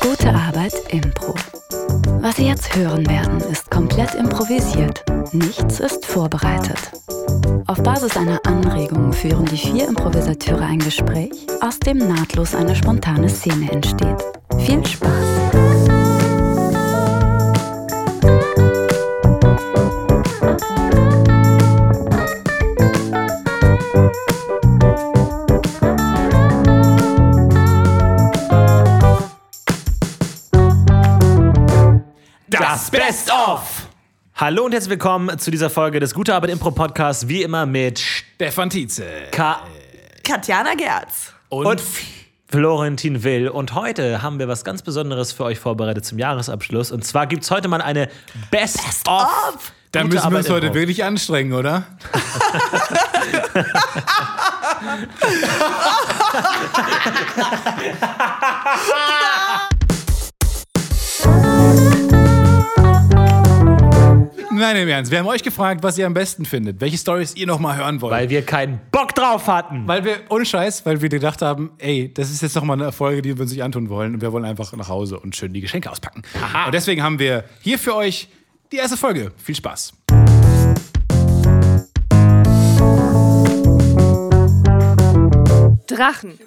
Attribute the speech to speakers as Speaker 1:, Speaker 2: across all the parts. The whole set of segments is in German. Speaker 1: Gewalt Impro. Was Sie jetzt hören werden, ist komplett improvisiert. Nichts ist vorbereitet. Auf Basis einer Anregung führen die vier Improvisateure ein Gespräch, aus dem nahtlos eine spontane Szene entsteht. Viel Spaß!
Speaker 2: Das Best of!
Speaker 3: Hallo und herzlich willkommen zu dieser Folge des Gute Arbeit Impro Podcasts, wie immer mit
Speaker 2: Stefan Tietze.
Speaker 3: K.
Speaker 4: Katjana Gerz.
Speaker 2: Und,
Speaker 3: und Florentin Will. Und heute haben wir was ganz Besonderes für euch vorbereitet zum Jahresabschluss. Und zwar gibt es heute mal eine Best, of.
Speaker 2: da
Speaker 3: Gute
Speaker 2: müssen wir
Speaker 3: Arbeit,
Speaker 2: uns heute
Speaker 3: Impro.
Speaker 2: wirklich anstrengen, oder? Nein, im Ernst. Wir haben euch gefragt, was ihr am besten findet. Welche Stories ihr nochmal hören wollt.
Speaker 3: Weil wir keinen Bock drauf hatten.
Speaker 2: Weil wir, ohne Scheiß, weil wir gedacht haben, ey, das ist jetzt nochmal eine Folge, die wir uns nicht antun wollen und wir wollen einfach nach Hause und schön die Geschenke auspacken. Und deswegen haben wir hier für euch die erste Folge. Viel Spaß.
Speaker 5: Drachen.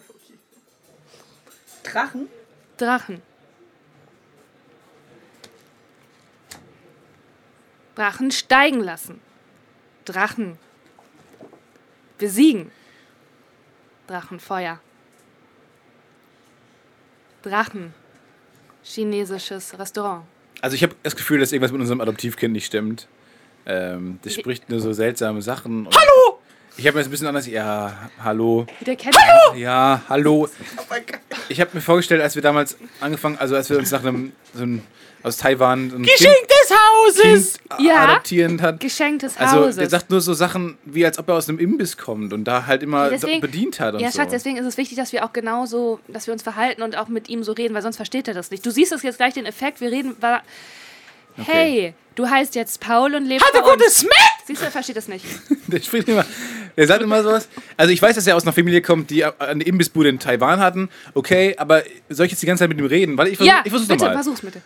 Speaker 4: Drachen?
Speaker 5: Drachen. Drachen steigen lassen. Drachen besiegen. Drachenfeuer. Drachen. Chinesisches Restaurant.
Speaker 6: Also ich habe das Gefühl, dass irgendwas mit unserem Adoptivkind nicht stimmt. Ähm, das spricht nur so seltsame Sachen. Und hallo! Ich habe mir das ein bisschen anders. Ja, hallo.
Speaker 5: Der kennt hallo!
Speaker 6: Ja, hallo.
Speaker 5: Oh
Speaker 6: Ich habe mir vorgestellt, als wir damals angefangen, also als wir uns nach einem so einem, aus Taiwan so ein Geschenk des Hauses
Speaker 5: Ja.
Speaker 6: adoptieren hat.
Speaker 5: Geschenk des
Speaker 6: Also
Speaker 5: Hauses.
Speaker 6: er sagt nur so Sachen, wie als ob er aus einem Imbiss kommt und da halt immer so bedient hat und
Speaker 5: ja, Schatz,
Speaker 6: so.
Speaker 5: deswegen ist es wichtig, dass wir auch genauso, dass wir uns verhalten und auch mit ihm so reden, weil sonst versteht er das nicht. Du siehst das jetzt gleich den Effekt. Wir reden, war, hey, du heißt jetzt Paul und
Speaker 6: Halt
Speaker 5: lebst bei uns.
Speaker 6: Schmeckt!
Speaker 5: Siehst du, er versteht das nicht.
Speaker 6: Der spricht immer. Der sagt immer sowas. Also ich weiß, dass er aus einer Familie kommt, die eine Imbissbude in Taiwan hatten. Okay, aber soll ich jetzt die ganze Zeit mit ihm reden? Warte, ich versuch,
Speaker 5: ja,
Speaker 6: ich versuch's
Speaker 5: bitte,
Speaker 6: nochmal.
Speaker 5: versuch's bitte.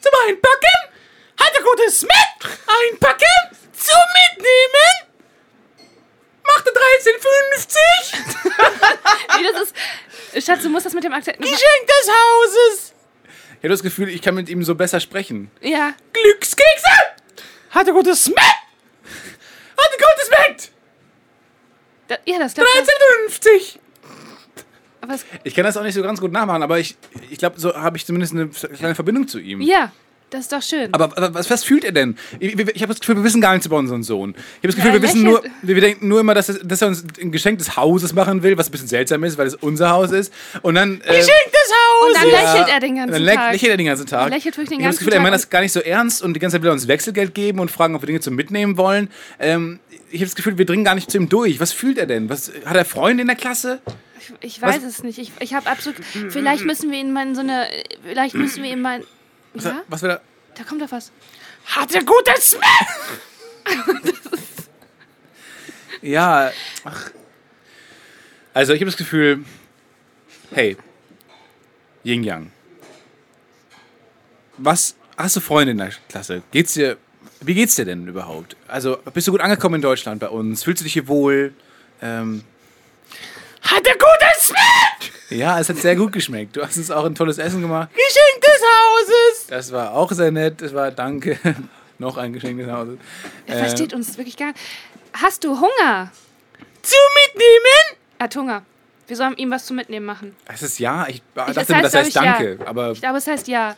Speaker 6: Zum Einpacken! Hatte gutes mit! Einpacken! Zum Mitnehmen! Machte 13,50!
Speaker 5: Nee, das ist, Schatz, du musst das mit dem Akzent.
Speaker 6: Geschenk des Hauses! Ich habe das Gefühl, ich kann mit ihm so besser sprechen.
Speaker 5: Ja,
Speaker 6: Glückskekse! Hatte gutes mit! Hatte gutes mit!
Speaker 5: da, ja, das klappt.
Speaker 6: 13,50!
Speaker 5: Aber es,
Speaker 6: Ich kann das auch nicht so ganz gut nachmachen, aber ich, ich glaube, so habe ich zumindest eine kleine Verbindung zu ihm.
Speaker 5: ja, das ist doch schön.
Speaker 6: Aber wa- was, was fühlt er denn? Ich, ich habe das Gefühl, wir wissen gar nichts über unseren Sohn. Ich habe das Gefühl,
Speaker 5: Ja,
Speaker 6: wir wissen nur,
Speaker 5: lächelt.
Speaker 6: wir wir denken nur immer, dass, es- dass er uns ein Geschenk des Hauses machen will, was ein bisschen seltsam ist, weil es unser Haus ist. Und dann äh, Geschenk des
Speaker 5: und dann
Speaker 6: Ja,
Speaker 5: lächelt er den ganzen
Speaker 6: dann lä-
Speaker 5: Tag.
Speaker 6: lächelt er den ganzen Tag.
Speaker 5: Dann lächelt wirklich den
Speaker 6: ich habe das
Speaker 5: ganzen
Speaker 6: Gefühl, er
Speaker 5: Tag
Speaker 6: meint das
Speaker 5: und-
Speaker 6: gar nicht so ernst und die ganze Zeit will er uns Wechselgeld geben und fragen, ob wir Dinge zum Mitnehmen wollen. Ähm, ich habe das Gefühl, wir dringen gar nicht zu ihm durch. Was fühlt er denn? Was, hat er Freunde in der Klasse?
Speaker 5: ich weiß es nicht. Ich, ich habe absolut. Vielleicht müssen wir ihn mal in so eine. Vielleicht müssen wir ihn mal.
Speaker 6: Was,
Speaker 5: Ja,
Speaker 6: was will er?
Speaker 5: da kommt doch was.
Speaker 6: Hatte gutes Smell! ja, ach. Also, ich habe das Gefühl, hey, Yin Yang. Was hast du Freunde in der Klasse? Geht's dir, wie geht's dir denn überhaupt? Also, bist du gut angekommen in Deutschland bei uns? Fühlst du dich hier wohl? Ähm,
Speaker 5: Hatte gutes Smell!
Speaker 6: ja, es hat sehr gut geschmeckt. Du hast uns auch ein tolles Essen gemacht.
Speaker 5: Geschenk des Hauses!
Speaker 6: Das war auch sehr nett. Das war danke. Noch ein Geschenk des Hauses.
Speaker 5: Er versteht uns wirklich gar nicht. Hast du Hunger?
Speaker 6: Zu mitnehmen?
Speaker 5: Er hat Hunger. Wir sollen ihm was zum Mitnehmen machen.
Speaker 6: Äh, Es ist ja, Ah, ich dachte,
Speaker 5: das
Speaker 6: das
Speaker 5: heißt,
Speaker 6: heißt, das heißt
Speaker 5: glaub ich,
Speaker 6: Danke. Aber
Speaker 5: Ich glaube, es heißt ja.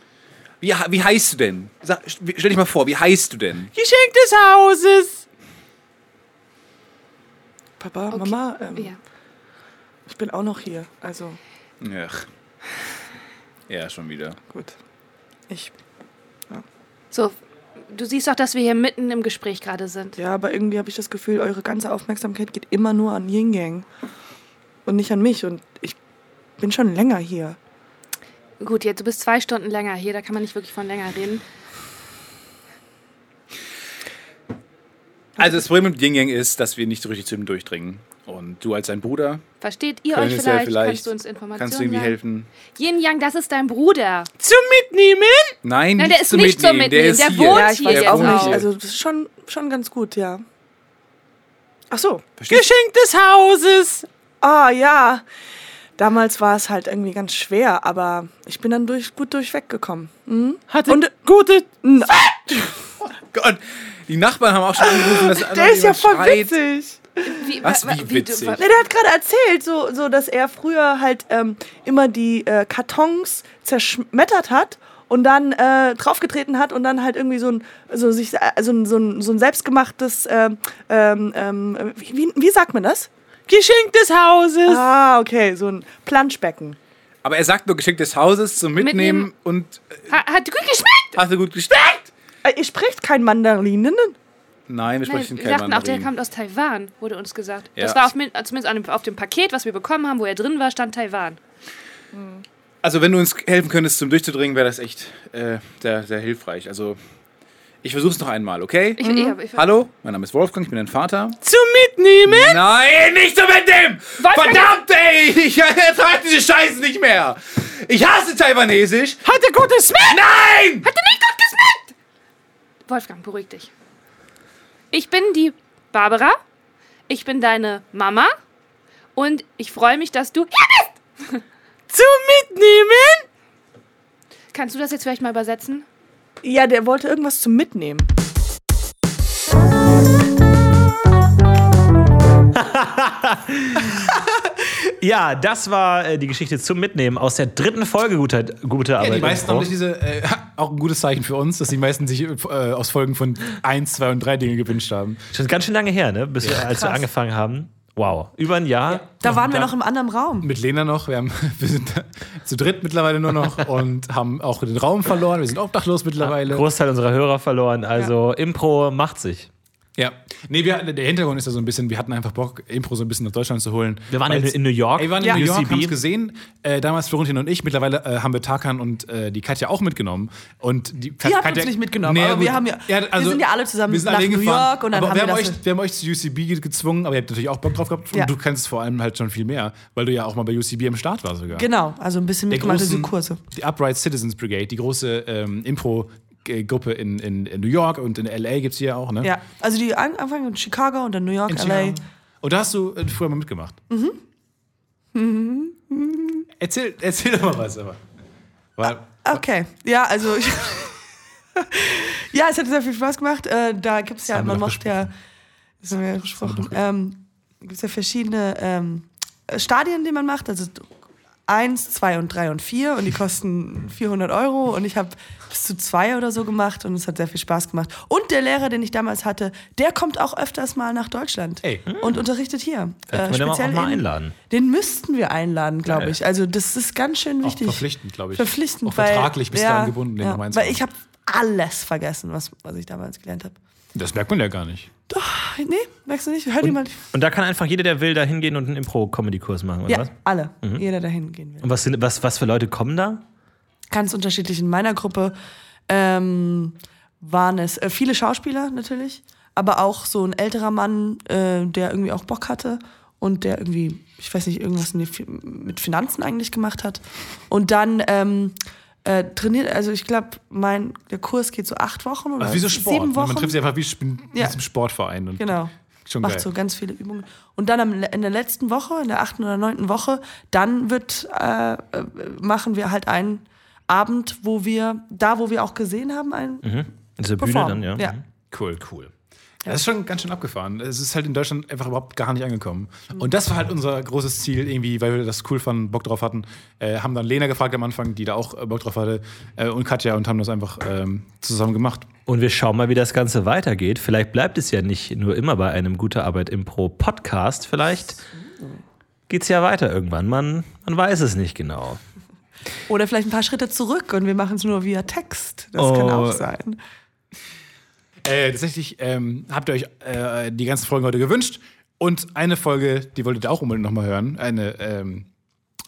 Speaker 6: wie, wie heißt du denn? Sag, stell dich mal vor, wie heißt du denn?
Speaker 5: Geschenk des Hauses!
Speaker 4: Papa, Mama, ähm,
Speaker 5: Ja.
Speaker 4: ich bin auch noch hier. Also
Speaker 6: Ach. Ja, schon wieder.
Speaker 4: gut. Ich.
Speaker 5: So, du siehst doch, dass wir hier mitten im Gespräch gerade sind.
Speaker 4: Ja, aber irgendwie habe ich das Gefühl, eure ganze Aufmerksamkeit geht immer nur an Yin Yang und nicht an mich. Und ich bin schon länger hier.
Speaker 5: Gut, jetzt du bist zwei Stunden länger hier, da kann man nicht wirklich von länger reden.
Speaker 7: Also das Problem mit Yin Yang ist, dass wir nicht so richtig zu ihm durchdringen. Und du als sein Bruder
Speaker 5: Versteht ihr euch
Speaker 7: könntest ja
Speaker 5: vielleicht?
Speaker 7: vielleicht,
Speaker 5: Kannst du uns Informationen
Speaker 7: kannst du irgendwie
Speaker 5: sagen?
Speaker 7: helfen.
Speaker 5: Yin Yang, das ist dein Bruder.
Speaker 6: Zum Mitnehmen?
Speaker 7: Nein,
Speaker 5: Nein, der
Speaker 7: nicht
Speaker 5: ist
Speaker 7: zu
Speaker 5: nicht zum
Speaker 7: mitnehmen, der
Speaker 5: Mitnehmen,
Speaker 7: ist
Speaker 5: der
Speaker 7: hier.
Speaker 5: wohnt
Speaker 8: Ja, ich
Speaker 5: hier
Speaker 8: weiß
Speaker 5: jetzt
Speaker 8: auch
Speaker 6: Oh
Speaker 8: nicht.
Speaker 5: auch.
Speaker 8: Also, das ist schon, schon ganz gut, ja. Ach so.
Speaker 6: Geschenk des Hauses.
Speaker 8: Ah, ja. Damals war es halt irgendwie ganz schwer, aber ich bin dann durch, gut durchweggekommen.
Speaker 4: Hm?
Speaker 8: Mhm.
Speaker 6: Hatte
Speaker 8: Und-
Speaker 6: gute.
Speaker 8: N-
Speaker 7: Gott, die Nachbarn haben auch schon angerufen, dass
Speaker 8: Der ist ja voll
Speaker 7: schreit.
Speaker 8: witzig.
Speaker 5: Wie,
Speaker 7: Was?
Speaker 5: wa- wa-
Speaker 7: Wie
Speaker 5: du-
Speaker 7: witzig.
Speaker 5: wa-
Speaker 8: Nee, der hat gerade erzählt, so, so, dass er früher halt ähm, immer die äh, Kartons zerschmettert hat und dann äh, draufgetreten hat und dann halt irgendwie so ein, so sich, äh, so ein, so ein, so ein selbstgemachtes, ähm, ähm, ähm, wie, wie, wie sagt man das?
Speaker 6: Geschenk des Hauses.
Speaker 8: Ah, okay, so ein Planschbecken.
Speaker 7: Aber er sagt nur Geschenk des Hauses zum Mitnehmen,
Speaker 5: Mitnehmen.
Speaker 7: und
Speaker 5: Ha, hat gut geschmeckt!
Speaker 7: äh, hast du gut gesteckt?
Speaker 8: Äh, ihr spricht kein Mandarinen?
Speaker 7: Nein, wir
Speaker 5: Nein,
Speaker 7: sprechen
Speaker 5: wir
Speaker 7: kein
Speaker 5: dachten auch, der
Speaker 7: Mandarin.
Speaker 5: kommt aus Taiwan, wurde uns gesagt.
Speaker 7: Ja.
Speaker 5: Das war auf, min- zumindest an dem- auf dem Paket, was wir bekommen haben, wo er drin war, stand Taiwan.
Speaker 7: Also wenn du uns helfen könntest, zum durchzudringen, wäre das echt äh, sehr, sehr hilfreich. Also ich versuch's noch einmal, okay?
Speaker 5: Ich, ich, ich,
Speaker 7: Mhm. Hallo, mein Name ist Wolfgang, ich bin dein Vater.
Speaker 6: Zum Mitnehmen?
Speaker 7: Nein, nicht so mit dem! Verdammt, ey! Ich ertrage diese Scheiße nicht mehr! Ich hasse Taiwanesisch!
Speaker 6: Hatte gutes Smith?
Speaker 7: Nein!
Speaker 5: Wolfgang, beruhig dich. Ich bin die Barbara. Ich bin deine Mama. Und ich freue mich, dass du hier bist.
Speaker 6: Zum Mitnehmen?
Speaker 5: Kannst du das jetzt vielleicht mal übersetzen?
Speaker 8: Ja, der wollte irgendwas zum Mitnehmen.
Speaker 3: Ja, das war äh, die Geschichte zum Mitnehmen aus der dritten Folge. Gute, gute Arbeit.
Speaker 6: Ja, die meisten
Speaker 3: Info.
Speaker 6: haben nicht diese, äh, auch ein gutes Zeichen für uns, dass die meisten sich äh, aus Folgen von 1, 2 und 3 Dinge gewünscht haben.
Speaker 3: Schon ganz schön lange her, ne? Bis wir, als wir angefangen haben. Wow. Über ein Jahr.
Speaker 4: Da waren wir noch im anderen Raum.
Speaker 6: Mit Lena noch, wir, haben, wir sind zu dritt mittlerweile nur noch und haben auch den Raum verloren, wir sind obdachlos mittlerweile.
Speaker 4: Ah,
Speaker 3: Großteil unserer Hörer verloren. Also Impro macht sich.
Speaker 6: Ja, nee, wir, der Hintergrund ist ja so ein bisschen, wir hatten einfach Bock, Impro so ein bisschen nach Deutschland zu holen.
Speaker 3: Wir waren in-
Speaker 6: Weil's-
Speaker 3: in New York.
Speaker 6: Ey, wir waren in
Speaker 3: Ja.
Speaker 6: New York,
Speaker 3: UCB.
Speaker 6: haben es gesehen. Äh, damals Florentin und ich, mittlerweile äh, haben wir Tarkan und äh, die Katja auch mitgenommen. Und die
Speaker 4: Ihr habt uns nicht mitgenommen, aber wir haben ja- wir sind ja alle
Speaker 6: also
Speaker 4: zusammen
Speaker 6: wir sind
Speaker 4: nach
Speaker 6: alle
Speaker 4: New
Speaker 6: hingefahren.
Speaker 4: York und dann
Speaker 6: aber
Speaker 4: haben
Speaker 6: wir
Speaker 4: wir
Speaker 6: haben
Speaker 4: das-
Speaker 6: euch, Wir haben euch zu UCB ge- gezwungen, aber ihr habt natürlich auch Bock drauf gehabt.
Speaker 4: Ja.
Speaker 6: Und du kannst vor allem halt schon viel mehr, weil du ja auch mal bei UCB am Start warst sogar.
Speaker 4: Genau, also ein bisschen
Speaker 6: Der
Speaker 4: mitgemacht in die
Speaker 6: großen-
Speaker 4: Kurse.
Speaker 6: Die Upright Citizens Brigade, die große ähm, Impro-Gruppe in, in, in New York und in L.A. gibt es die ja auch, ne?
Speaker 4: Ja, also die an- anfangen in Chicago und dann New York,
Speaker 6: In
Speaker 4: LA.
Speaker 6: Chicago. Und da hast du äh, früher mal mitgemacht. Mhm.
Speaker 4: Mhm.
Speaker 6: Erzähl, erzähl doch mal was, aber. Weil,
Speaker 4: Okay, ja, also ich, ja, es hat sehr viel Spaß gemacht. Äh, da gibt es ja,
Speaker 6: haben wir
Speaker 4: man
Speaker 6: doch
Speaker 4: macht ja, das haben wir ja gesprochen, ähm, gibt es ja verschiedene ähm, Stadien, die man macht. Also eins, zwei und drei und vier und die kosten 400 Euro und ich habe bis zu zwei oder so gemacht und es hat sehr viel Spaß gemacht. Und der Lehrer, den ich damals hatte, der kommt auch öfters mal nach Deutschland
Speaker 6: Ey.
Speaker 4: und unterrichtet hier. Äh,
Speaker 3: können wir den auch
Speaker 4: speziell
Speaker 3: mal
Speaker 4: in-
Speaker 3: einladen.
Speaker 4: Den müssten wir einladen, glaube
Speaker 3: Geil.
Speaker 4: ich. Also das ist ganz schön
Speaker 6: auch
Speaker 4: wichtig.
Speaker 6: verpflichtend, glaube ich.
Speaker 4: Verpflichtend,
Speaker 6: Auch
Speaker 4: weil,
Speaker 6: vertraglich bist du
Speaker 4: ja,
Speaker 6: daran gebunden, den
Speaker 4: ja,
Speaker 6: nochmal
Speaker 4: Weil ich habe alles vergessen, was, was ich damals gelernt habe.
Speaker 6: Das merkt man ja gar nicht.
Speaker 4: Nee, merkst du nicht? Hört jemand?
Speaker 3: Und da kann einfach jeder, der will, da hingehen und einen Impro-Comedy-Kurs machen, oder
Speaker 4: Ja,
Speaker 3: was?
Speaker 4: alle.
Speaker 6: Mhm.
Speaker 4: Jeder, der hingehen will.
Speaker 3: Und was, sind, was, was für Leute kommen da?
Speaker 4: Ganz unterschiedlich. In meiner Gruppe ähm, waren es äh, viele Schauspieler natürlich, aber auch so ein älterer Mann, äh, der irgendwie auch Bock hatte und der irgendwie, ich weiß nicht, irgendwas in die Fi- mit Finanzen eigentlich gemacht hat. Und dann ähm, äh, trainiert, also ich glaube, mein der Kurs geht so acht Wochen oder
Speaker 6: Also wie so Sport.
Speaker 4: sieben
Speaker 6: ne?
Speaker 4: Wochen.
Speaker 6: Man trifft sich einfach wie, sp- wie
Speaker 4: Ja.
Speaker 6: zum Sportverein. Und
Speaker 4: Genau.
Speaker 6: Schon
Speaker 4: Macht
Speaker 6: geil.
Speaker 4: so ganz viele Übungen. Und dann am, in der letzten Woche, in der achten oder neunten Woche, dann wird, äh, äh, machen wir halt einen Abend, wo wir, da wo wir auch gesehen haben, einen
Speaker 6: Mhm.
Speaker 3: In dieser Bühne
Speaker 4: performen.
Speaker 3: dann, ja.
Speaker 4: ja.
Speaker 6: Cool, cool. Das ist schon ganz schön abgefahren. Es ist halt in Deutschland einfach überhaupt gar nicht angekommen. Und das war halt unser großes Ziel, irgendwie, weil wir das cool fanden, Bock drauf hatten. Äh, haben dann Lena gefragt am Anfang, die da auch äh, Bock drauf hatte, äh, und Katja und haben das einfach ähm, zusammen gemacht.
Speaker 3: Und wir schauen mal, wie das Ganze weitergeht. Vielleicht bleibt es ja nicht nur immer bei einem Gute Arbeit Impro Podcast. Vielleicht geht es ja weiter irgendwann. Man, man weiß es nicht genau.
Speaker 4: Oder vielleicht ein paar Schritte zurück und wir machen es nur via Text. Das kann
Speaker 3: Oh.
Speaker 4: auch sein.
Speaker 6: Äh, tatsächlich ähm, habt ihr euch äh, die ganzen Folgen heute gewünscht. Und eine Folge, die wolltet ihr auch unbedingt nochmal hören, eine, ähm,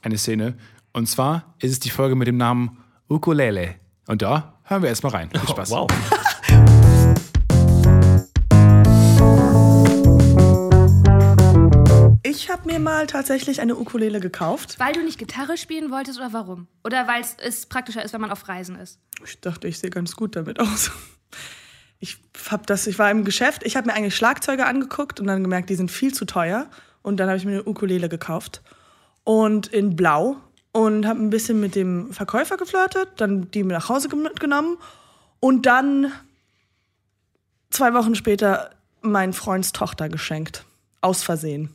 Speaker 6: eine Szene. Und zwar ist es die Folge mit dem Namen Ukulele. Und Oh, da hören wir erstmal rein. Viel Spaß.
Speaker 3: Wow.
Speaker 4: mir mal tatsächlich eine Ukulele gekauft.
Speaker 5: Weil du nicht Gitarre spielen wolltest oder warum? Oder weil es praktischer ist, wenn man auf Reisen ist.
Speaker 4: Ich dachte, ich sehe ganz gut damit aus. Ich hab das, ich war im Geschäft, ich habe mir eigentlich Schlagzeuge angeguckt und dann gemerkt, die sind viel zu teuer. Und dann habe ich mir eine Ukulele gekauft und in Blau und habe ein bisschen mit dem Verkäufer geflirtet, dann die mir nach Hause mitgenommen und dann zwei Wochen später meinen Freunds Tochter geschenkt. Aus Versehen.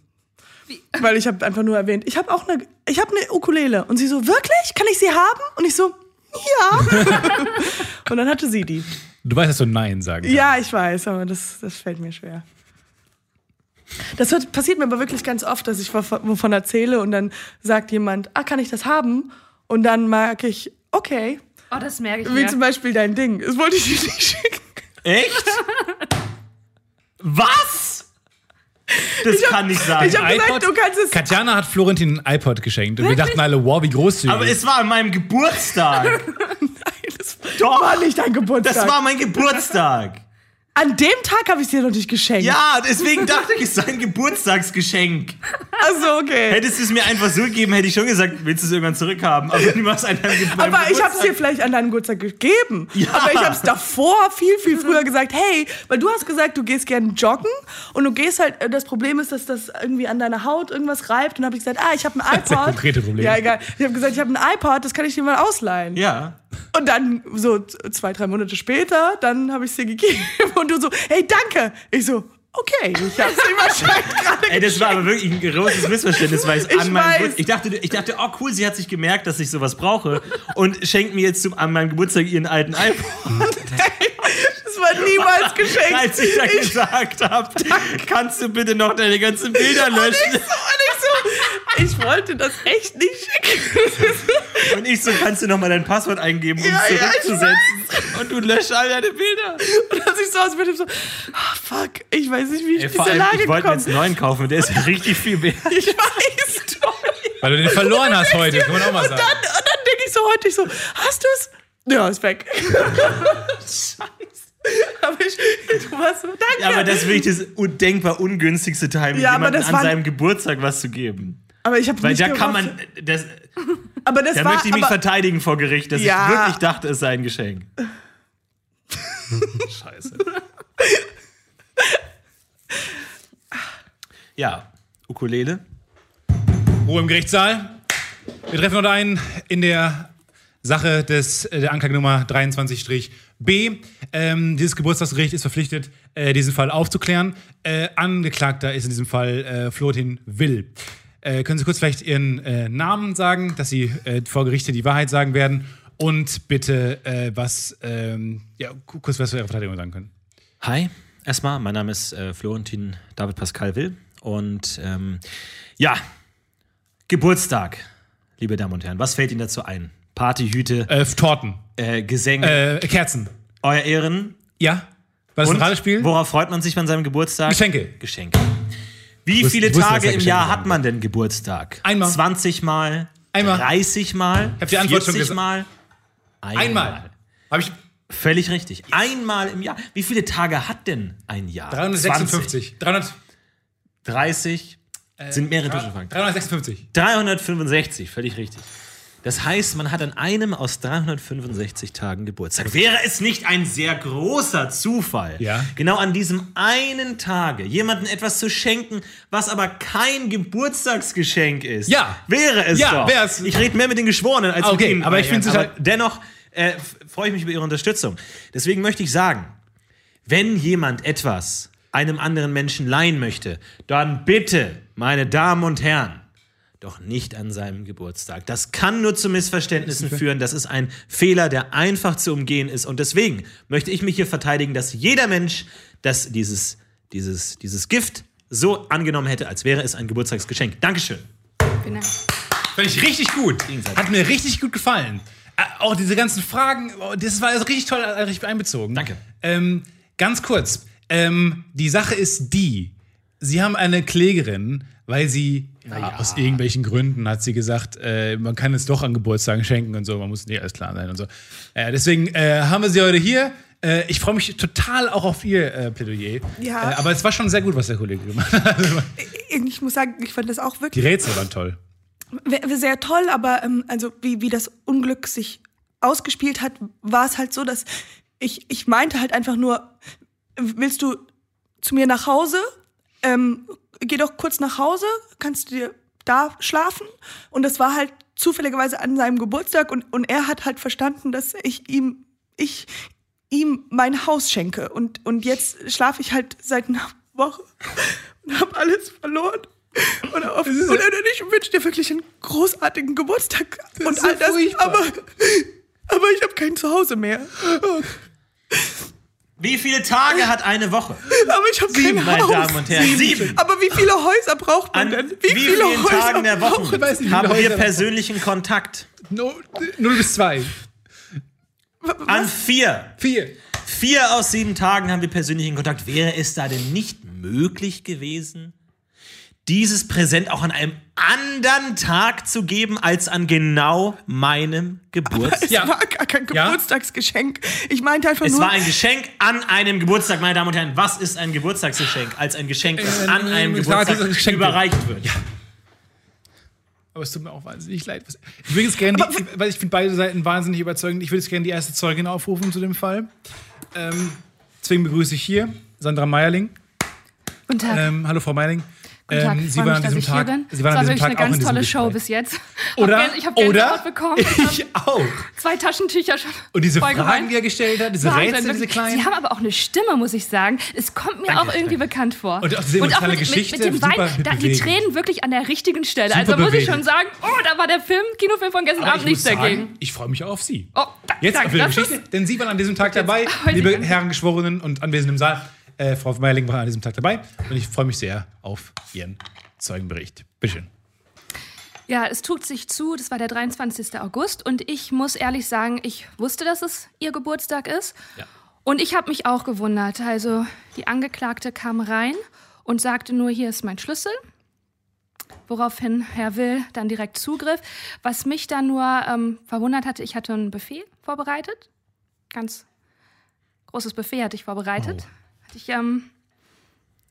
Speaker 4: Weil ich habe einfach nur erwähnt, ich habe auch eine, ich habe eine Ukulele. Und sie so, wirklich? Kann ich sie haben? Und ich so, ja. und dann hatte sie die.
Speaker 6: Du weißt, dass du Nein sagen kannst.
Speaker 4: Ja, ich weiß, aber das, das fällt mir schwer. Das wird, passiert mir aber wirklich ganz oft, dass ich wov- wovon erzähle und dann sagt jemand, ah, kann ich das haben? Und dann merke ich, okay,
Speaker 5: Oh, das merke ich
Speaker 4: wie zum
Speaker 5: mir.
Speaker 4: Beispiel dein Ding. Das wollte ich dir nicht schicken.
Speaker 3: Echt? Was? Das kann nicht sein.
Speaker 4: Ich habe gesagt, du kannst es.
Speaker 6: Katjana hat Florentin ein iPod geschenkt und wir dachten alle, wow, wie großzügig.
Speaker 3: aber es war an meinem Geburtstag.
Speaker 4: Das
Speaker 3: Doch.
Speaker 4: war nicht dein Geburtstag.
Speaker 3: Das war mein Geburtstag.
Speaker 4: An dem Tag habe ich es dir noch nicht geschenkt.
Speaker 3: Ja, deswegen dachte ich, es sei ein Geburtstagsgeschenk.
Speaker 4: Also okay.
Speaker 3: Hättest du es mir einfach so gegeben, hätte ich schon gesagt, willst du es irgendwann zurückhaben. Aber du machst einen
Speaker 4: Aber ich habe es dir vielleicht an deinem Geburtstag gegeben.
Speaker 3: Ja.
Speaker 4: Aber ich habe es davor viel, viel früher gesagt, hey, weil du hast gesagt, du gehst gerne joggen und du gehst halt, äh, das Problem ist, dass das irgendwie an deiner Haut irgendwas reibt. Und habe ich gesagt, ah, ich habe ein iPod.
Speaker 6: ist das konkrete Problem.
Speaker 4: Ja, egal. Ich habe gesagt, ich habe ein iPod, das kann ich dir mal ausleihen.
Speaker 3: Ja.
Speaker 4: Und dann so z- zwei, drei Monate später, dann habe ich es dir gegeben und du so, hey, danke. Ich so, okay, ich habe es dir wahrscheinlich gerade
Speaker 3: Ey, das war aber wirklich ein großes Missverständnis, weil es
Speaker 4: Ich
Speaker 3: an meinem
Speaker 4: weiß.
Speaker 3: Geburtstag. Ich dachte, ich dachte, oh cool, sie hat sich gemerkt, dass ich sowas brauche und schenkt mir jetzt zum, an meinem Geburtstag ihren alten iPhone.
Speaker 4: Das war niemals geschenkt.
Speaker 3: Als ich dann gesagt habe, kannst du bitte noch deine ganzen Bilder löschen?
Speaker 4: Und ich so, ich wollte das echt nicht schicken.
Speaker 3: Und ich so, kannst du noch mal dein Passwort eingeben, um
Speaker 4: Ja,
Speaker 3: es
Speaker 4: ja, ich
Speaker 3: zurückzusetzen? und du löscht all deine Bilder.
Speaker 4: Und dass ich so aus mit dem so, ah, fuck, ich weiß nicht, wie ich
Speaker 3: Ey,
Speaker 4: in
Speaker 3: vor
Speaker 4: diese
Speaker 3: allem,
Speaker 4: Lage
Speaker 3: ich wollte mir
Speaker 4: gekommen
Speaker 3: jetzt einen neuen kaufen, der ist richtig viel wert.
Speaker 4: bin. Ich weiß, Tommy.
Speaker 6: Weil du den verloren hast heute, kann man auch mal
Speaker 4: Und dann, und
Speaker 6: sagen.
Speaker 4: dann denke ich so heute ich so, hast du es? Ja, ist weg. Scheiße. Aber ich, du warst so, danke.
Speaker 3: Ja, aber das ist wirklich das undenkbar ungünstigste Timing,
Speaker 4: Ja, aber
Speaker 3: jemandem
Speaker 4: das
Speaker 3: an
Speaker 4: war-
Speaker 3: seinem Geburtstag was zu geben.
Speaker 4: aber ich habe
Speaker 3: Weil
Speaker 4: nicht
Speaker 3: da kann
Speaker 4: gerafft.
Speaker 3: man, das,
Speaker 4: aber das
Speaker 3: da
Speaker 4: war,
Speaker 3: möchte ich mich
Speaker 4: aber,
Speaker 3: verteidigen vor Gericht, dass
Speaker 4: Ja.
Speaker 3: ich wirklich dachte, es sei ein Geschenk. Scheiße. Ja, Ukulele.
Speaker 6: Ruhe im Gerichtssaal. Wir treffen heute ein in der Sache des, äh, der Anklagenummer 23-B. Ähm, dieses Geburtstagsgericht ist verpflichtet, äh, diesen Fall aufzuklären. Äh, Angeklagter ist in diesem Fall äh, Florentin Will. Äh, können Sie kurz vielleicht Ihren äh, Namen sagen, dass Sie äh, vor Gerichte die Wahrheit sagen werden? Und bitte, äh, was, ähm, ja, ku- kurz was für Ihre Verteidigung sagen können.
Speaker 3: Hi, erstmal, mein Name ist äh, Florentin David Pascal Will und ähm, ja, Geburtstag, liebe Damen und Herren, was fällt Ihnen dazu ein? Partyhüte,
Speaker 6: Äh, Torten,
Speaker 3: äh, Gesänge,
Speaker 6: äh, Kerzen.
Speaker 3: euer Ehren.
Speaker 6: Ja? War das ein Ratespiel?
Speaker 3: worauf freut man sich an seinem Geburtstag?
Speaker 6: Geschenke.
Speaker 3: Geschenke. Wie
Speaker 6: wusste-
Speaker 3: viele
Speaker 6: ich wusste, dass
Speaker 3: Tage
Speaker 6: er
Speaker 3: im
Speaker 6: Geschenke
Speaker 3: Jahr
Speaker 6: sagen
Speaker 3: hat man denn Geburtstag?
Speaker 6: Einmal.
Speaker 3: 20 Mal?
Speaker 6: Einmal.
Speaker 3: 30 Mal?
Speaker 6: hab die Antwort schon
Speaker 3: 40
Speaker 6: gesagt.
Speaker 3: Mal? Einmal.
Speaker 6: Einmal. Habe ich
Speaker 3: Völlig richtig. Einmal im Jahr. Wie viele Tage hat denn ein Jahr?
Speaker 6: 356. 300.
Speaker 3: 20, 30
Speaker 6: Äh,
Speaker 3: sind mehrere Durchschnittfangen.
Speaker 6: 356.
Speaker 3: 365, völlig richtig. Das heißt, man hat an einem aus 365 Tagen Geburtstag. Wäre es nicht ein sehr großer Zufall,
Speaker 6: Ja.
Speaker 3: genau an diesem einen Tage jemandem etwas zu schenken, was aber kein Geburtstagsgeschenk ist?
Speaker 6: Ja.
Speaker 3: Wäre es
Speaker 6: Ja,
Speaker 3: doch.
Speaker 6: wär's.
Speaker 3: Ich rede mehr mit den Geschworenen als
Speaker 6: Okay,
Speaker 3: mit Ihnen.
Speaker 6: aber ich find's
Speaker 3: Aber
Speaker 6: total-
Speaker 3: Dennoch äh, f- freue ich mich über Ihre Unterstützung. Deswegen möchte ich sagen, wenn jemand etwas einem anderen Menschen leihen möchte, dann bitte, meine Damen und Herren, doch nicht an seinem Geburtstag. Das kann nur zu Missverständnissen führen. Das ist ein Fehler, der einfach zu umgehen ist. Und deswegen möchte ich mich hier verteidigen, dass jeder Mensch, das dieses, dieses, dieses Gift so angenommen hätte, als wäre es ein Geburtstagsgeschenk. Dankeschön.
Speaker 5: Genau.
Speaker 6: Fand ich richtig gut.
Speaker 3: Gegenseitig.
Speaker 6: Hat mir richtig gut gefallen. Äh, Auch diese ganzen Fragen, oh, das war also richtig toll äh, richtig einbezogen.
Speaker 3: Danke.
Speaker 6: Ähm, ganz kurz, ähm, die Sache ist die, Sie haben eine Klägerin, weil sie, ja, aus irgendwelchen Gründen hat sie gesagt, äh, man kann es doch an Geburtstagen schenken und so, man muss nicht alles klar sein und so. Äh, deswegen äh, haben wir sie heute hier. Äh, ich freue mich total auch auf Ihr äh, Plädoyer.
Speaker 4: Ja.
Speaker 6: Äh, aber es war schon sehr gut, was der Kollege gemacht hat.
Speaker 4: Ich muss sagen, ich fand das auch
Speaker 6: Die
Speaker 4: wirklich
Speaker 6: Rätsel waren toll.
Speaker 4: wär- wär sehr toll, aber ähm, also wie, wie das Unglück sich ausgespielt hat, war es halt so, dass ich, ich meinte halt einfach nur, willst du zu mir nach Hause? Ähm, geh doch kurz nach Hause, kannst du dir da schlafen? Und das war halt zufälligerweise an seinem Geburtstag und, und er hat halt verstanden, dass ich ihm, ich ihm mein Haus schenke. Und, und jetzt schlafe ich halt seit einer Woche und habe alles verloren. Und, auf, und, und ich wünsche dir wirklich einen großartigen Geburtstag und all das. Aber, aber ich habe kein Zuhause mehr.
Speaker 9: Wie viele Tage hat eine Woche?
Speaker 4: Aber ich habe
Speaker 9: Sieben,
Speaker 4: kein
Speaker 9: meine
Speaker 4: Haus.
Speaker 9: Damen und Herren. Sieben.
Speaker 4: Aber wie viele Häuser braucht man
Speaker 9: An
Speaker 4: denn?
Speaker 9: wie, vielen Tagen der Woche
Speaker 6: weiß nicht, wie
Speaker 9: haben
Speaker 6: viele
Speaker 9: wir
Speaker 6: Häuser-
Speaker 9: persönlichen Kontakt?
Speaker 6: No, 0 bis 2.
Speaker 9: An vier.
Speaker 6: 4.
Speaker 9: Vier aus sieben Tagen haben wir persönlichen Kontakt. Wäre es da denn nicht möglich gewesen, dieses Präsent auch an einem anderen Tag zu geben als an genau meinem Geburtstag?
Speaker 4: Es war gar kein
Speaker 6: Ja.
Speaker 4: Geburtstagsgeschenk. Ich meinte einfach
Speaker 9: Ah. Es
Speaker 4: nur.
Speaker 9: war ein Geschenk an einem Geburtstag, meine Damen und Herren. Was ist ein Geburtstagsgeschenk als ein Geschenk, das
Speaker 6: Ähm,
Speaker 9: an einem
Speaker 6: es war
Speaker 9: Geburtstag
Speaker 6: dieses Geschenk.
Speaker 9: überreicht wird?
Speaker 6: Aber es tut mir auch wahnsinnig leid. Was- Ich würde jetzt gerne, die, weil ich finde beide Seiten wahnsinnig überzeugend, ich würde jetzt gerne die erste Zeugin aufrufen zu dem Fall. Ähm, deswegen begrüße ich hier Sandra Meierling.
Speaker 5: Guten Tag.
Speaker 6: Ähm, hallo Frau Meierling.
Speaker 5: Guten Tag.
Speaker 6: Ähm,
Speaker 5: Ich
Speaker 6: Sie
Speaker 5: freue
Speaker 6: waren
Speaker 5: mich,
Speaker 6: an
Speaker 5: dass
Speaker 6: diesem
Speaker 5: ich hier
Speaker 6: Tag,
Speaker 5: bin.
Speaker 6: Sie waren
Speaker 5: es
Speaker 6: an
Speaker 5: war
Speaker 6: diesem
Speaker 5: wirklich
Speaker 6: Tag
Speaker 5: eine
Speaker 6: auch in
Speaker 5: ganz
Speaker 6: diesem
Speaker 5: tolle
Speaker 6: Gespräch.
Speaker 5: Show bis jetzt.
Speaker 6: Oder?
Speaker 5: Ich habe Geld
Speaker 6: oder?
Speaker 5: bekommen. Ich
Speaker 6: Ich
Speaker 5: habe
Speaker 6: auch.
Speaker 5: zwei Taschentücher schon.
Speaker 6: Und diese
Speaker 5: voll
Speaker 6: Fragen,
Speaker 5: geweint.
Speaker 6: die er gestellt hat, diese
Speaker 5: Wahnsinn,
Speaker 6: Rätsel, diese
Speaker 5: wirklich.
Speaker 6: kleinen.
Speaker 5: Sie haben aber auch eine Stimme, muss ich sagen. Es kommt mir auch irgendwie bekannt vor.
Speaker 6: Und auch diese emotionale
Speaker 5: mit,
Speaker 6: Geschichte,
Speaker 5: mit, mit dem
Speaker 6: super
Speaker 5: Wein, da, die
Speaker 6: bewegend.
Speaker 5: Tränen wirklich an der richtigen Stelle. also
Speaker 6: Super
Speaker 5: muss ich
Speaker 6: bewegend.
Speaker 5: schon sagen, oh, da war der Film, Kinofilm von gestern
Speaker 6: Aber
Speaker 5: Abend nichts
Speaker 6: muss sagen,
Speaker 5: dagegen.
Speaker 6: Ich freue mich auch auf Sie.
Speaker 5: Oh, da-
Speaker 6: Jetzt
Speaker 5: danke,
Speaker 6: auf Ihre
Speaker 5: das ist-
Speaker 6: Geschichte, denn Sie waren an diesem Tag dabei,
Speaker 5: heute
Speaker 6: liebe
Speaker 5: ganz-
Speaker 6: Herren Geschworenen und Anwesenden im Saal. Äh, Frau Meierling war an diesem Tag dabei und ich freue mich sehr auf Ihren Zeugenbericht. Bitteschön.
Speaker 5: Ja, es tut sich zu, das war der 23. August und ich muss ehrlich sagen, ich wusste, dass es ihr Geburtstag ist. Und ich habe mich auch gewundert. Also die Angeklagte kam rein und sagte nur, hier ist mein Schlüssel. Woraufhin Herr Will dann direkt zugriff. Was mich dann nur ähm, verwundert hatte, ich hatte einen Buffet vorbereitet. Ganz großes Buffet hatte ich vorbereitet. Hatte ich, ähm,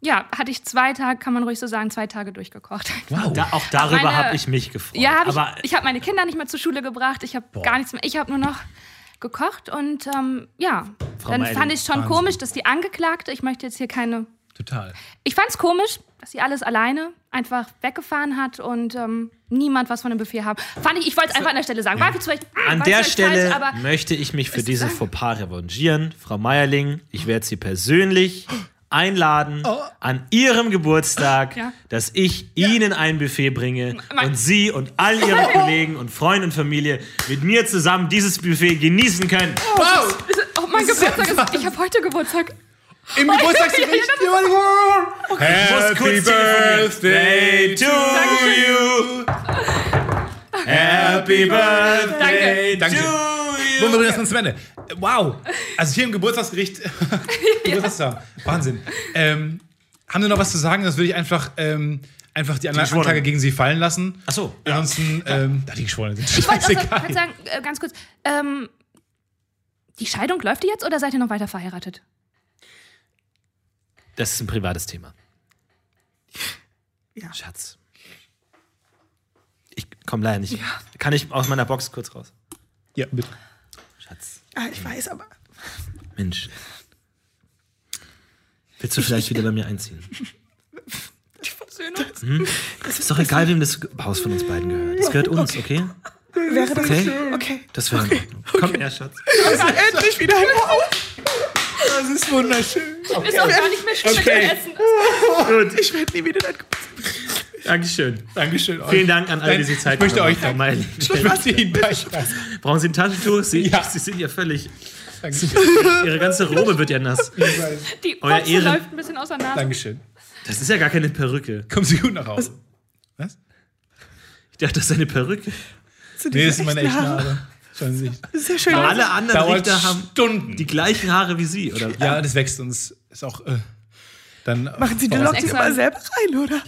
Speaker 5: ja, hatte ich zwei Tage, kann man ruhig so sagen, zwei Tage durchgekocht.
Speaker 9: Da, auch darüber
Speaker 5: Meine-
Speaker 9: habe ich mich gefreut.
Speaker 5: Ja, hab
Speaker 9: aber
Speaker 5: ich, ich habe meine Kinder nicht mehr zur Schule gebracht. Ich habe gar nichts mehr. Ich habe nur noch gekocht und ähm, ja, dann
Speaker 9: Meiling,
Speaker 5: fand ich schon
Speaker 6: Wahnsinn.
Speaker 5: komisch, dass die Angeklagte, ich möchte jetzt hier keine.
Speaker 6: Total.
Speaker 5: Ich fand es komisch, dass sie alles alleine einfach weggefahren hat und ähm, niemand was von dem Befehl haben. Fand ich, ich wollte es einfach an der Stelle sagen. War vielleicht, mm,
Speaker 9: An
Speaker 5: war
Speaker 9: der
Speaker 5: vielleicht
Speaker 9: Stelle
Speaker 5: falsch, aber
Speaker 9: möchte ich mich für diese Fauxpas revanchieren. Frau Meierling, ich werde Sie persönlich einladen an Ihrem Geburtstag,
Speaker 5: Oh. Ja.
Speaker 9: dass ich Ihnen ein Buffet bringe
Speaker 5: Mein-
Speaker 9: und Sie und all Ihre Kollegen und Freunde und Familie mit mir zusammen dieses Buffet genießen können.
Speaker 5: oh, mein Geburtstag ist. Ich habe heute Geburtstag.
Speaker 10: Im Geburtstagsgericht.
Speaker 9: Ich muss
Speaker 10: Happy
Speaker 9: kurz telefonieren.
Speaker 10: Birthday
Speaker 9: to you. Happy Birthday
Speaker 6: Danke.
Speaker 9: to
Speaker 6: Danke. Wollen
Speaker 9: you.
Speaker 6: wir bringen das dann zum Ende? Äh, Wow. Also hier im Geburtstagsgericht. Geburtstag. Wahnsinn. Ähm, haben Sie noch was zu sagen? Das würde ich einfach, ähm, einfach die anderen
Speaker 9: Geschworenen.
Speaker 6: Anklage gegen Sie fallen lassen.
Speaker 9: Ach so, ja.
Speaker 6: Ansonsten, ähm, da die Geschworenen sind.
Speaker 5: Ich wollte auch
Speaker 6: scheißegal.
Speaker 5: so- sagen, äh, ganz kurz. Ähm, die Scheidung läuft die jetzt oder seid ihr noch weiter verheiratet?
Speaker 9: Das ist ein privates Thema. Schatz. Ich komme leider nicht. Kann ich aus meiner Box kurz raus?
Speaker 6: Ja, bitte.
Speaker 9: Schatz.
Speaker 4: Ah, ich weiß, aber.
Speaker 9: Mensch. Willst du vielleicht wieder bei mir einziehen? Hm?
Speaker 4: Ich versöhne uns.
Speaker 9: Ist doch egal, wem das Haus von uns beiden gehört. Das gehört uns, okay?
Speaker 4: Wäre das
Speaker 9: Okay.
Speaker 4: okay? okay.
Speaker 9: Das wäre. Komm her, Schatz.
Speaker 4: Endlich wieder ein Haus.
Speaker 6: Das ist wunderschön.
Speaker 5: Ist auch gar nicht mehr schlimm
Speaker 9: Okay.
Speaker 5: essen.
Speaker 4: Ich werde nie wieder dein Geburtstag.
Speaker 9: Dankeschön.
Speaker 6: Dankeschön. euch.
Speaker 9: Vielen Dank an alle, die
Speaker 6: Nein,
Speaker 9: sich Zeit
Speaker 6: Ich möchte
Speaker 9: genommen
Speaker 6: euch danken.
Speaker 9: haben. Meine
Speaker 6: Ich
Speaker 9: Lieben.
Speaker 6: möchte Ihnen beichten.
Speaker 9: Brauchen Sie ein Taschentuch? Sie,
Speaker 6: Ja.
Speaker 9: Sie sind ja völlig.
Speaker 6: Dankeschön.
Speaker 9: Ihre ganze Robe wird ja nass.
Speaker 5: Die
Speaker 9: Euer
Speaker 5: Box
Speaker 9: Ehren-
Speaker 5: läuft ein bisschen auseinander.
Speaker 6: Dankeschön.
Speaker 9: Das ist ja gar keine Perücke.
Speaker 6: Kommen Sie gut nach Hause. Was?
Speaker 9: Ich dachte, das ist eine Perücke.
Speaker 6: Nee, das sind meine echten Haare. Schauen Sie sich.
Speaker 4: Das ist ja schön.
Speaker 9: Alle anderen
Speaker 6: Dauert
Speaker 9: Richter haben
Speaker 6: Stunden.
Speaker 9: die gleichen Haare wie Sie, oder?
Speaker 6: Ja, das wächst uns. Ist auch. Äh, dann
Speaker 4: Machen Sie die
Speaker 6: voraus-
Speaker 4: Locken immer selber rein, oder?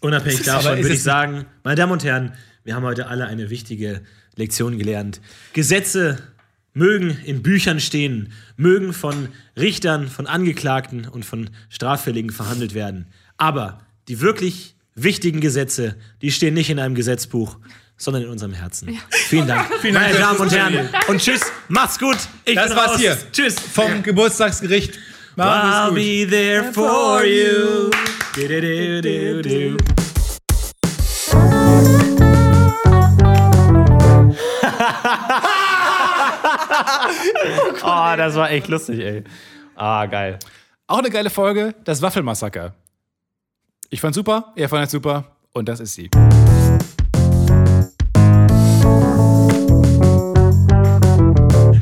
Speaker 9: Unabhängig davon
Speaker 6: aber ist
Speaker 9: würde
Speaker 6: es
Speaker 9: ich sagen, meine Damen und Herren, wir haben heute alle eine wichtige Lektion gelernt. Gesetze mögen in Büchern stehen, mögen von Richtern, von Angeklagten und von Straffälligen verhandelt werden. Aber die wirklich wichtigen Gesetze, die stehen nicht in einem Gesetzbuch, sondern in unserem Herzen. Vielen Dank, meine Damen und Herren. Und tschüss, macht's gut. Ich
Speaker 11: Das
Speaker 9: bin
Speaker 11: war's
Speaker 9: raus.
Speaker 11: hier.
Speaker 9: Tschüss.
Speaker 11: Vom Geburtstagsgericht.
Speaker 9: I'll
Speaker 11: Machen
Speaker 9: be there for you. Du-du-du-du-du. oh, das war echt lustig, ey. Ah, geil.
Speaker 6: Auch eine geile Folge, das Waffelmassaker. Ich fand's super, ihr fandet super und das ist sie.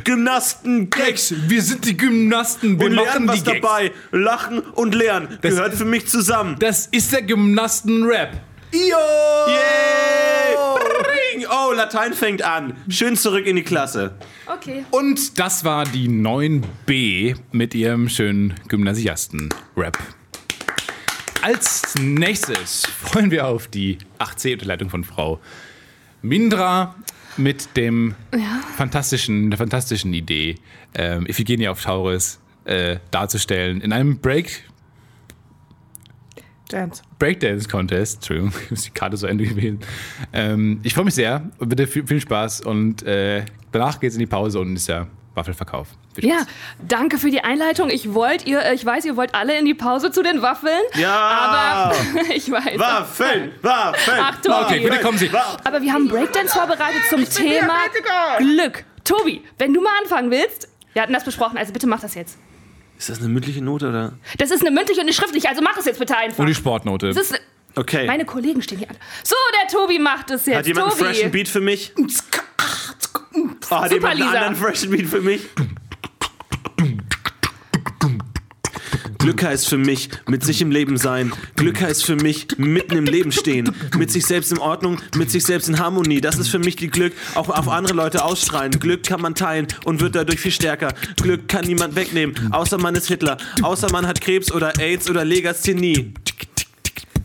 Speaker 9: Gymnasten
Speaker 6: Gags, wir sind die Gymnasten, wir machen die Gags.
Speaker 9: Lachen und lernen
Speaker 6: Das gehört
Speaker 9: für mich zusammen.
Speaker 6: Das ist der Gymnasten-Rap.
Speaker 9: Yay! Oh, Latein fängt an. Schön zurück in die Klasse.
Speaker 5: Okay.
Speaker 6: Und das war die 9b mit ihrem schönen Gymnasiasten-Rap. Als nächstes freuen wir auf die 8c unter Leitung von Frau Mindra mit dem fantastischen, der fantastischen Idee, ähm, Iphigenie auf Tauris äh, darzustellen in einem Break,
Speaker 12: Dance.
Speaker 6: Breakdance Contest. Entschuldigung, ist die Karte so Ende gewesen. Ähm, ich freue mich sehr und bitte viel, viel Spaß. Und äh, danach geht's in die Pause und ist ja Waffelverkauf. Viel
Speaker 5: Ja,
Speaker 6: Spaß.
Speaker 5: danke für die Einleitung. Ich wollt ihr, äh, ich weiß, ihr wollt alle in die Pause zu den Waffeln.
Speaker 9: Ja.
Speaker 5: Aber ich weiß.
Speaker 9: Waffeln, Waffeln.
Speaker 5: Ach, Tobi.
Speaker 6: Okay, bitte kommen Sie.
Speaker 5: Aber wir haben Breakdance vorbereitet zum Thema Glück. Tobi, wenn du mal anfangen willst, wir hatten das besprochen, also bitte mach das jetzt.
Speaker 9: Ist das eine mündliche Note oder?
Speaker 5: Das ist eine mündliche und eine schriftliche, also mach es jetzt bitte einfach.
Speaker 6: Und die Sportnote.
Speaker 5: Das ist,
Speaker 9: Okay.
Speaker 5: meine Kollegen stehen hier an. So, der Tobi macht es jetzt.
Speaker 9: Hat jemand einen
Speaker 5: Tobi. ah,
Speaker 9: freshen Beat für mich?
Speaker 5: mm,
Speaker 9: Oh, hat
Speaker 5: Super,
Speaker 9: jemand einen
Speaker 5: Lisa.
Speaker 9: anderen freshen Beat für mich? Glück heißt für mich mit sich im Leben sein. Glück heißt für mich mitten im Leben stehen. Mit sich selbst in Ordnung, mit sich selbst in Harmonie. Das ist für mich die Glück, auch auf andere Leute ausstrahlen. Glück kann man teilen und wird dadurch viel stärker. Glück kann niemand wegnehmen, außer man ist Hitler. Außer man hat Krebs oder AIDS oder Legasthenie.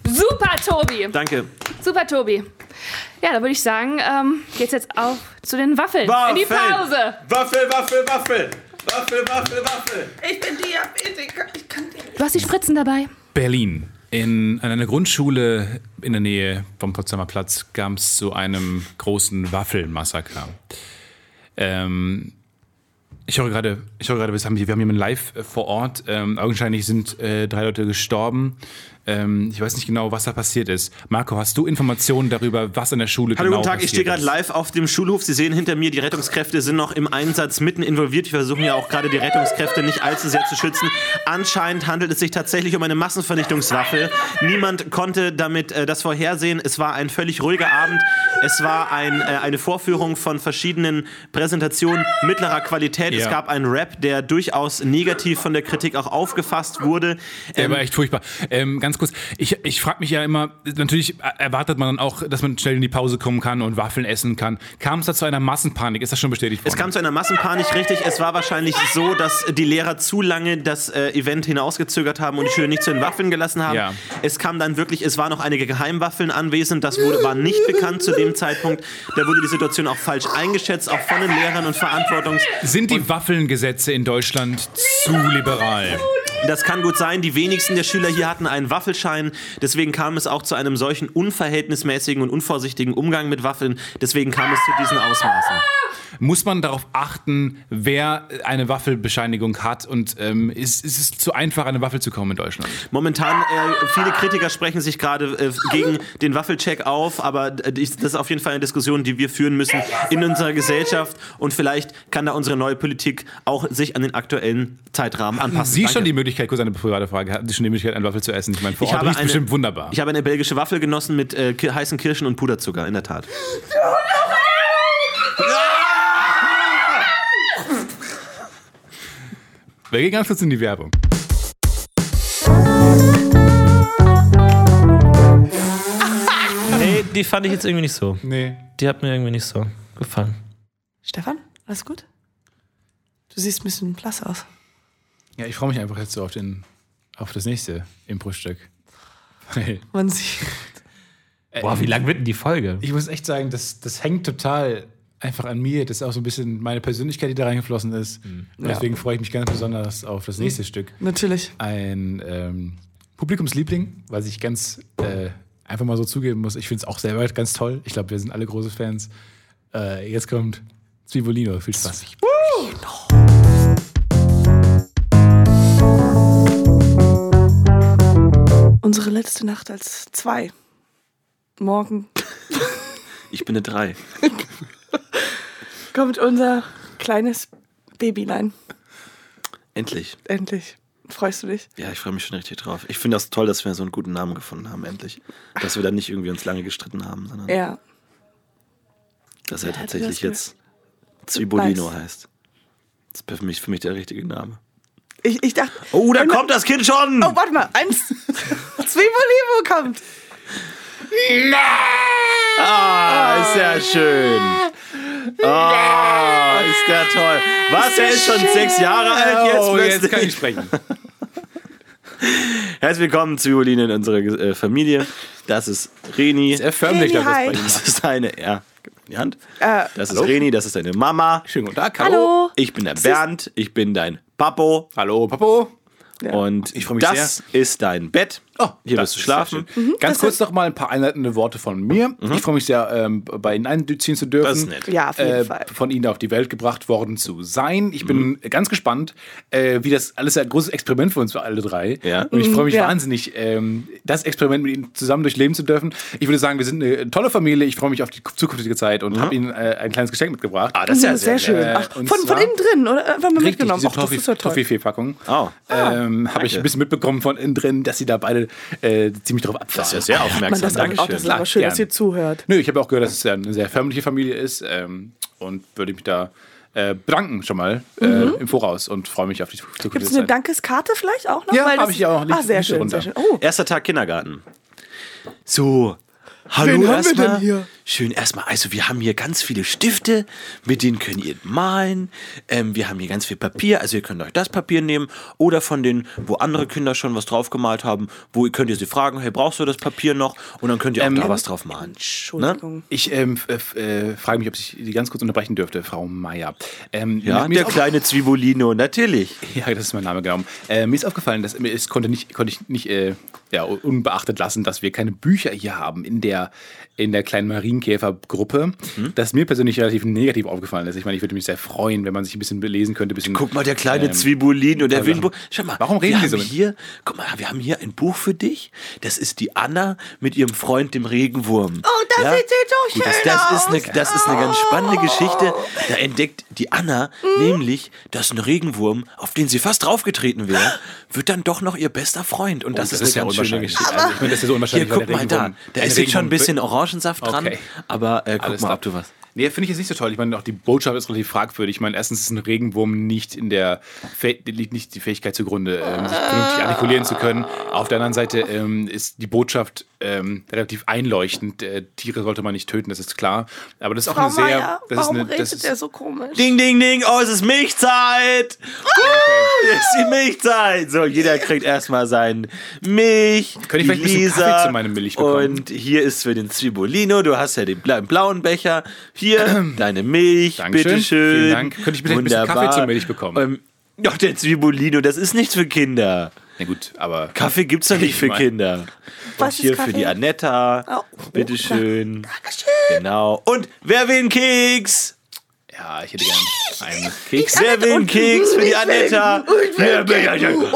Speaker 5: Super, Tobi.
Speaker 9: Danke.
Speaker 5: Super, Tobi. Ja, da würde ich sagen, ähm, geht's jetzt auf zu den Waffeln. In die Pause.
Speaker 9: Waffel, Waffel, Waffel. Waffel, Waffel, Waffel.
Speaker 12: Ich bin Diabetiker. Ich kann nicht.
Speaker 5: Du hast die Spritzen dabei.
Speaker 6: Berlin. In, an einer Grundschule in der Nähe vom Potsdamer Platz kam es zu einem großen Waffelmassaker. Ähm, ich höre gerade, ich höre gerade, wir haben, hier- wir haben jemanden live äh, vor Ort. Ähm, augenscheinlich sind äh, drei Leute gestorben. Ähm, ich weiß nicht genau, was da passiert ist. Marco, hast du Informationen darüber, was in der Schule
Speaker 9: Hallo,
Speaker 6: genau
Speaker 9: guten Tag. Ich stehe
Speaker 6: passiert
Speaker 9: gerade
Speaker 6: ist?
Speaker 9: live auf dem Schulhof. Sie sehen hinter mir, die Rettungskräfte sind noch im Einsatz mitten involviert. Wir versuchen ja auch gerade die Rettungskräfte nicht allzu sehr zu schützen. Anscheinend handelt es sich tatsächlich um eine Massenvernichtungswaffe. Niemand konnte damit äh, das vorhersehen. Es war ein völlig ruhiger Abend. Es war ein, äh, eine Vorführung von verschiedenen Präsentationen mittlerer Qualität. Es
Speaker 6: Ja.
Speaker 9: gab einen Rap, der durchaus negativ von der Kritik auch aufgefasst wurde.
Speaker 6: Der war echt furchtbar. Ähm, ganz kurz, ich, ich frage mich ja immer, natürlich erwartet man dann auch, dass man schnell in die Pause kommen kann und Waffeln essen kann. Kam es da zu einer Massenpanik? Ist das schon bestätigt worden?
Speaker 9: Es kam zu einer Massenpanik, richtig. Es war wahrscheinlich so, dass die Lehrer zu lange das äh, Event hinausgezögert haben und die Schüler nicht zu den Waffeln gelassen haben.
Speaker 6: Ja.
Speaker 9: Es kam dann wirklich, es waren noch einige Geheimwaffeln anwesend. Das wurde, war nicht bekannt zu dem Zeitpunkt. Da wurde die Situation auch falsch eingeschätzt, auch von den Lehrern und Verantwortungs.
Speaker 6: Sind die Waffelngesetze in Deutschland zu liberal?
Speaker 9: Das kann gut sein. Die wenigsten der Schüler hier hatten einen Waffelschein. Deswegen kam es auch zu einem solchen unverhältnismäßigen und unvorsichtigen Umgang mit Waffeln. Deswegen kam es zu diesen Ausmaßen.
Speaker 6: Muss man darauf achten, wer eine Waffelbescheinigung hat und ähm, ist, ist es zu einfach, an eine Waffel zu kommen in Deutschland?
Speaker 9: Momentan, äh, viele Kritiker sprechen sich gerade äh, gegen den Waffelcheck auf, aber äh, ich- das ist auf jeden Fall eine Diskussion, die wir führen müssen in unserer Gesellschaft und vielleicht kann da unsere neue Politik auch sich an den aktuellen Zeitrahmen anpassen.
Speaker 6: Sie schon
Speaker 9: Danke.
Speaker 6: die Möglichkeit, kurz eine private Frage, hatten Sie schon die Möglichkeit, eine Waffel zu essen? Ich meine, vor
Speaker 9: ich
Speaker 6: Ort
Speaker 9: habe,
Speaker 6: riecht
Speaker 9: eine,
Speaker 6: bestimmt wunderbar.
Speaker 9: ich habe eine belgische Waffel genossen mit äh, ki- heißen Kirschen und Puderzucker, in der Tat.
Speaker 6: Wir gehen ganz kurz in die Werbung.
Speaker 3: Nee, die fand ich jetzt irgendwie nicht so.
Speaker 6: Nee.
Speaker 3: Die hat mir irgendwie nicht so gefallen.
Speaker 4: Stefan, alles gut? Du siehst ein bisschen blass aus.
Speaker 6: Ja, ich freue mich einfach jetzt so auf, den, auf das nächste Impro-Stück.
Speaker 4: Man sieht.
Speaker 3: Boah, Äh, wie lang wird denn die Folge?
Speaker 6: Ich muss echt sagen, das, das hängt total einfach an mir. Das ist auch so ein bisschen meine Persönlichkeit, die da reingeflossen ist. Und deswegen freue ich mich ganz besonders auf das nächste Stück.
Speaker 13: Natürlich.
Speaker 6: Ein ähm, Publikumsliebling, was ich ganz äh, einfach mal so zugeben muss. Ich finde es auch selber ganz toll. Ich glaube, wir sind alle große Fans. Äh, jetzt kommt Zwiebelino. Viel Spaß.
Speaker 4: Unsere letzte Nacht als zwei. Morgen
Speaker 9: Ich bin eine 3.
Speaker 4: kommt unser kleines Babylein.
Speaker 9: Endlich.
Speaker 4: Endlich. Freust du dich?
Speaker 9: Ja, ich freue mich schon richtig drauf. Ich finde das toll, dass wir so einen guten Namen gefunden haben, endlich. Dass wir da nicht irgendwie uns lange gestritten haben, sondern
Speaker 4: Ja.
Speaker 9: dass er
Speaker 4: hätte das
Speaker 9: tatsächlich
Speaker 4: ge-
Speaker 9: jetzt Zwibolino
Speaker 4: Weiß.
Speaker 9: heißt. Das ist für mich, für mich der richtige Name.
Speaker 4: Ich, ich dachte.
Speaker 9: Oh, da
Speaker 4: Irgendwann-
Speaker 9: kommt das Kind schon!
Speaker 4: Oh, warte mal. Eins. Zwiebelivo kommt.
Speaker 9: Ah, ist ja schön. Ah, ist der toll. Was, er ist schon sechs Jahre alt jetzt?
Speaker 6: Oh, jetzt
Speaker 9: plötzlich?
Speaker 6: kann ich sprechen.
Speaker 9: Herzlich willkommen, Zwiebolino, in unserer äh, Familie. Das ist Reni.
Speaker 12: Sehr förmlich, dass
Speaker 4: Baby,
Speaker 12: das
Speaker 4: hi.
Speaker 12: bei Ihnen.
Speaker 9: Das ist deine, ja, gib mir die Hand.
Speaker 4: Äh,
Speaker 9: Das ist Reni, das ist deine Mama.
Speaker 12: Schönen guten Tag.
Speaker 4: Hallo.
Speaker 9: Ich bin der Bernd, ich bin dein Papo.
Speaker 12: Hallo, Papo.
Speaker 9: Und
Speaker 12: Ich freu mich
Speaker 9: das ist dein Bett.
Speaker 6: Oh,
Speaker 9: Hier
Speaker 12: das
Speaker 9: wirst du
Speaker 12: ist
Speaker 9: schlafen. Mhm.
Speaker 12: sehr schön. Ganz kurz noch mal ein paar einleitende Worte von mir. Ich freue mich sehr, ähm, bei Ihnen einziehen zu dürfen.
Speaker 9: Das ist nett.
Speaker 4: Ja, auf jeden Fall.
Speaker 6: Äh, von ihnen auf die Welt gebracht worden zu sein. Ich bin
Speaker 9: Mhm.
Speaker 6: ganz gespannt, äh, wie das alles ein großes Experiment für uns für alle drei.
Speaker 9: Ja.
Speaker 6: Und ich freue mich
Speaker 4: Ja.
Speaker 6: wahnsinnig, ähm, das Experiment mit ihnen zusammen durchleben zu dürfen. Ich würde sagen, wir sind eine tolle Familie. Ich freue mich auf die zukünftige Zeit und habe ihnen äh, ein kleines Geschenk mitgebracht.
Speaker 9: Mhm. Ah, das ist ja
Speaker 4: Mhm, sehr
Speaker 9: sehr,
Speaker 4: schön.
Speaker 9: nett.
Speaker 4: Ach,
Speaker 6: und
Speaker 4: von, von
Speaker 6: zwar-
Speaker 4: innen drin, oder? Äh, Einfach mal
Speaker 6: Richtig,
Speaker 4: mitgenommen.
Speaker 6: diese
Speaker 4: Ach, das ist ja toll.
Speaker 6: Toffifee-Packung.
Speaker 9: Oh.
Speaker 6: ähm, habe ich ein bisschen mitbekommen von innen drin, dass sie da beide äh, ziemlich drauf abfahren.
Speaker 9: Das ist ja sehr
Speaker 4: Man,
Speaker 9: aufmerksam.
Speaker 4: das auch, das ist
Speaker 9: Dankeschön.
Speaker 4: aber schön,
Speaker 6: Gern.
Speaker 4: dass ihr zuhört.
Speaker 6: Nö, ich habe auch gehört, dass es ja eine sehr förmliche Familie ist ähm, und würde mich da äh, bedanken schon mal äh, im Voraus und freue mich auf die Zukunft.
Speaker 4: Gibt es Mhm. eine Dankeskarte vielleicht auch noch?
Speaker 6: Ja,
Speaker 4: Weil
Speaker 6: hab
Speaker 4: das-
Speaker 6: ich auch. Liegt-
Speaker 4: Ah, sehr
Speaker 6: liegt
Speaker 4: schön,
Speaker 6: runter.
Speaker 4: sehr schön. Oh,
Speaker 9: Erster Tag Kindergarten. So. Hallo
Speaker 4: Wen haben wir denn
Speaker 9: erstmal.
Speaker 4: hier?
Speaker 9: Schön erstmal. Also wir haben hier ganz viele Stifte, mit denen könnt ihr malen. Ähm, wir haben hier ganz viel Papier, also ihr könnt euch das Papier nehmen oder von den, wo andere Kinder schon was draufgemalt haben, wo ihr könnt ihr sie fragen, hey, brauchst du das Papier noch? Und dann könnt ihr auch da was drauf malen.
Speaker 4: Ähm,
Speaker 9: Ne?
Speaker 4: Entschuldigung.
Speaker 6: ich ähm, f- f- äh, frage mich, ob ich Sie ganz kurz unterbrechen dürfte, Frau Meier. Ähm,
Speaker 9: Ja,
Speaker 6: mir
Speaker 9: der
Speaker 6: ist auf-
Speaker 9: kleine Zwibolino, natürlich.
Speaker 6: Ja, das ist mein Name, genau. Äh, mir ist aufgefallen, dass mir- es konnte nicht, konnte ich nicht äh, ja, unbeachtet lassen, dass wir keine Bücher hier haben in der, in der kleinen Marienkäfergruppe.
Speaker 9: Mhm.
Speaker 6: Das mir persönlich relativ negativ aufgefallen ist. Ich meine, ich würde mich sehr freuen, wenn man sich ein bisschen belesen könnte. ein Bisschen,
Speaker 9: Guck mal, der kleine
Speaker 6: ähm,
Speaker 9: Zwiebulin und der
Speaker 6: also-
Speaker 9: will ein Buch. Schau mal,
Speaker 6: Warum reden
Speaker 9: wir
Speaker 6: die
Speaker 9: haben
Speaker 6: so mit-
Speaker 9: hier, guck mal, wir haben hier ein Buch für dich. Das ist die Anna mit ihrem Freund dem Regenwurm. Oh,
Speaker 4: das sieht so
Speaker 9: Gut, das,
Speaker 4: schön
Speaker 9: das ist eine,
Speaker 4: aus.
Speaker 9: das ist eine ganz spannende Geschichte. Da entdeckt die Anna
Speaker 4: Mhm.
Speaker 9: nämlich, dass ein Regenwurm, auf den sie fast draufgetreten wäre, wird dann doch noch ihr bester Freund. Und das,
Speaker 6: Oh, Das,
Speaker 9: ist
Speaker 6: ja
Speaker 9: eine ganz schöne
Speaker 6: unwahrscheinlich.
Speaker 9: Geschichte.
Speaker 6: Also, ich meine, das ist ja so
Speaker 9: Hier,
Speaker 6: unwahrscheinlich. weil
Speaker 9: guck
Speaker 6: der
Speaker 9: mal da.
Speaker 6: Regenbogen-
Speaker 9: Da
Speaker 6: ein
Speaker 9: ist jetzt schon ein
Speaker 6: Regenbogen-
Speaker 9: bisschen Orangensaft dran.
Speaker 6: Okay.
Speaker 9: Aber äh, guck
Speaker 6: Alles
Speaker 9: mal,
Speaker 6: klar.
Speaker 9: ob du was.
Speaker 6: Nee, finde ich jetzt nicht so toll. Ich meine, auch die Botschaft ist relativ fragwürdig. Ich meine, erstens ist ein Regenwurm nicht in der, Fäh- liegt nicht die Fähigkeit zugrunde, ähm, sich vernünftig artikulieren zu können. Auf der anderen Seite ähm, ist die Botschaft ähm, relativ einleuchtend. Äh, Tiere sollte man nicht töten, das ist klar. Aber das ist auch
Speaker 4: Frau
Speaker 6: eine sehr.
Speaker 4: Meier,
Speaker 6: das
Speaker 4: warum
Speaker 6: ist eine, das
Speaker 4: redet
Speaker 6: ist,
Speaker 4: er so komisch?
Speaker 9: Ding, ding, ding. Oh, es ist Milchzeit. Uh, es ist die Milchzeit. So, jeder kriegt erstmal sein Milch.
Speaker 6: Könnte ich
Speaker 9: die
Speaker 6: vielleicht ein bisschen
Speaker 9: Lisa.
Speaker 6: Kaffee zu meinem Milch bekommen?
Speaker 9: Und hier ist für den Zwibolino. Du hast ja den bla- blauen Becher. Hier, deine Milch.
Speaker 6: Dankeschön.
Speaker 9: Bitteschön.
Speaker 6: Vielen Dank. Könnte ich bitte ein bisschen
Speaker 9: Wunderbar.
Speaker 6: Kaffee zu Milch bekommen?
Speaker 9: Ähm, doch, der Zwibolino, das ist nichts für Kinder.
Speaker 6: Na gut, aber.
Speaker 9: Kaffee gibt's doch nicht
Speaker 6: Ich
Speaker 9: für
Speaker 6: mein-
Speaker 9: Kinder.
Speaker 4: Was
Speaker 9: Hier
Speaker 4: ist Kaffee?
Speaker 9: für die Anetta.
Speaker 4: Oh.
Speaker 9: Bitteschön. Dankeschön. Genau. Und wer will einen Keks?
Speaker 6: Ja, ich hätte gern einen Keks.
Speaker 9: Wer will einen Keks für die Anetta? Wer will einen Keks?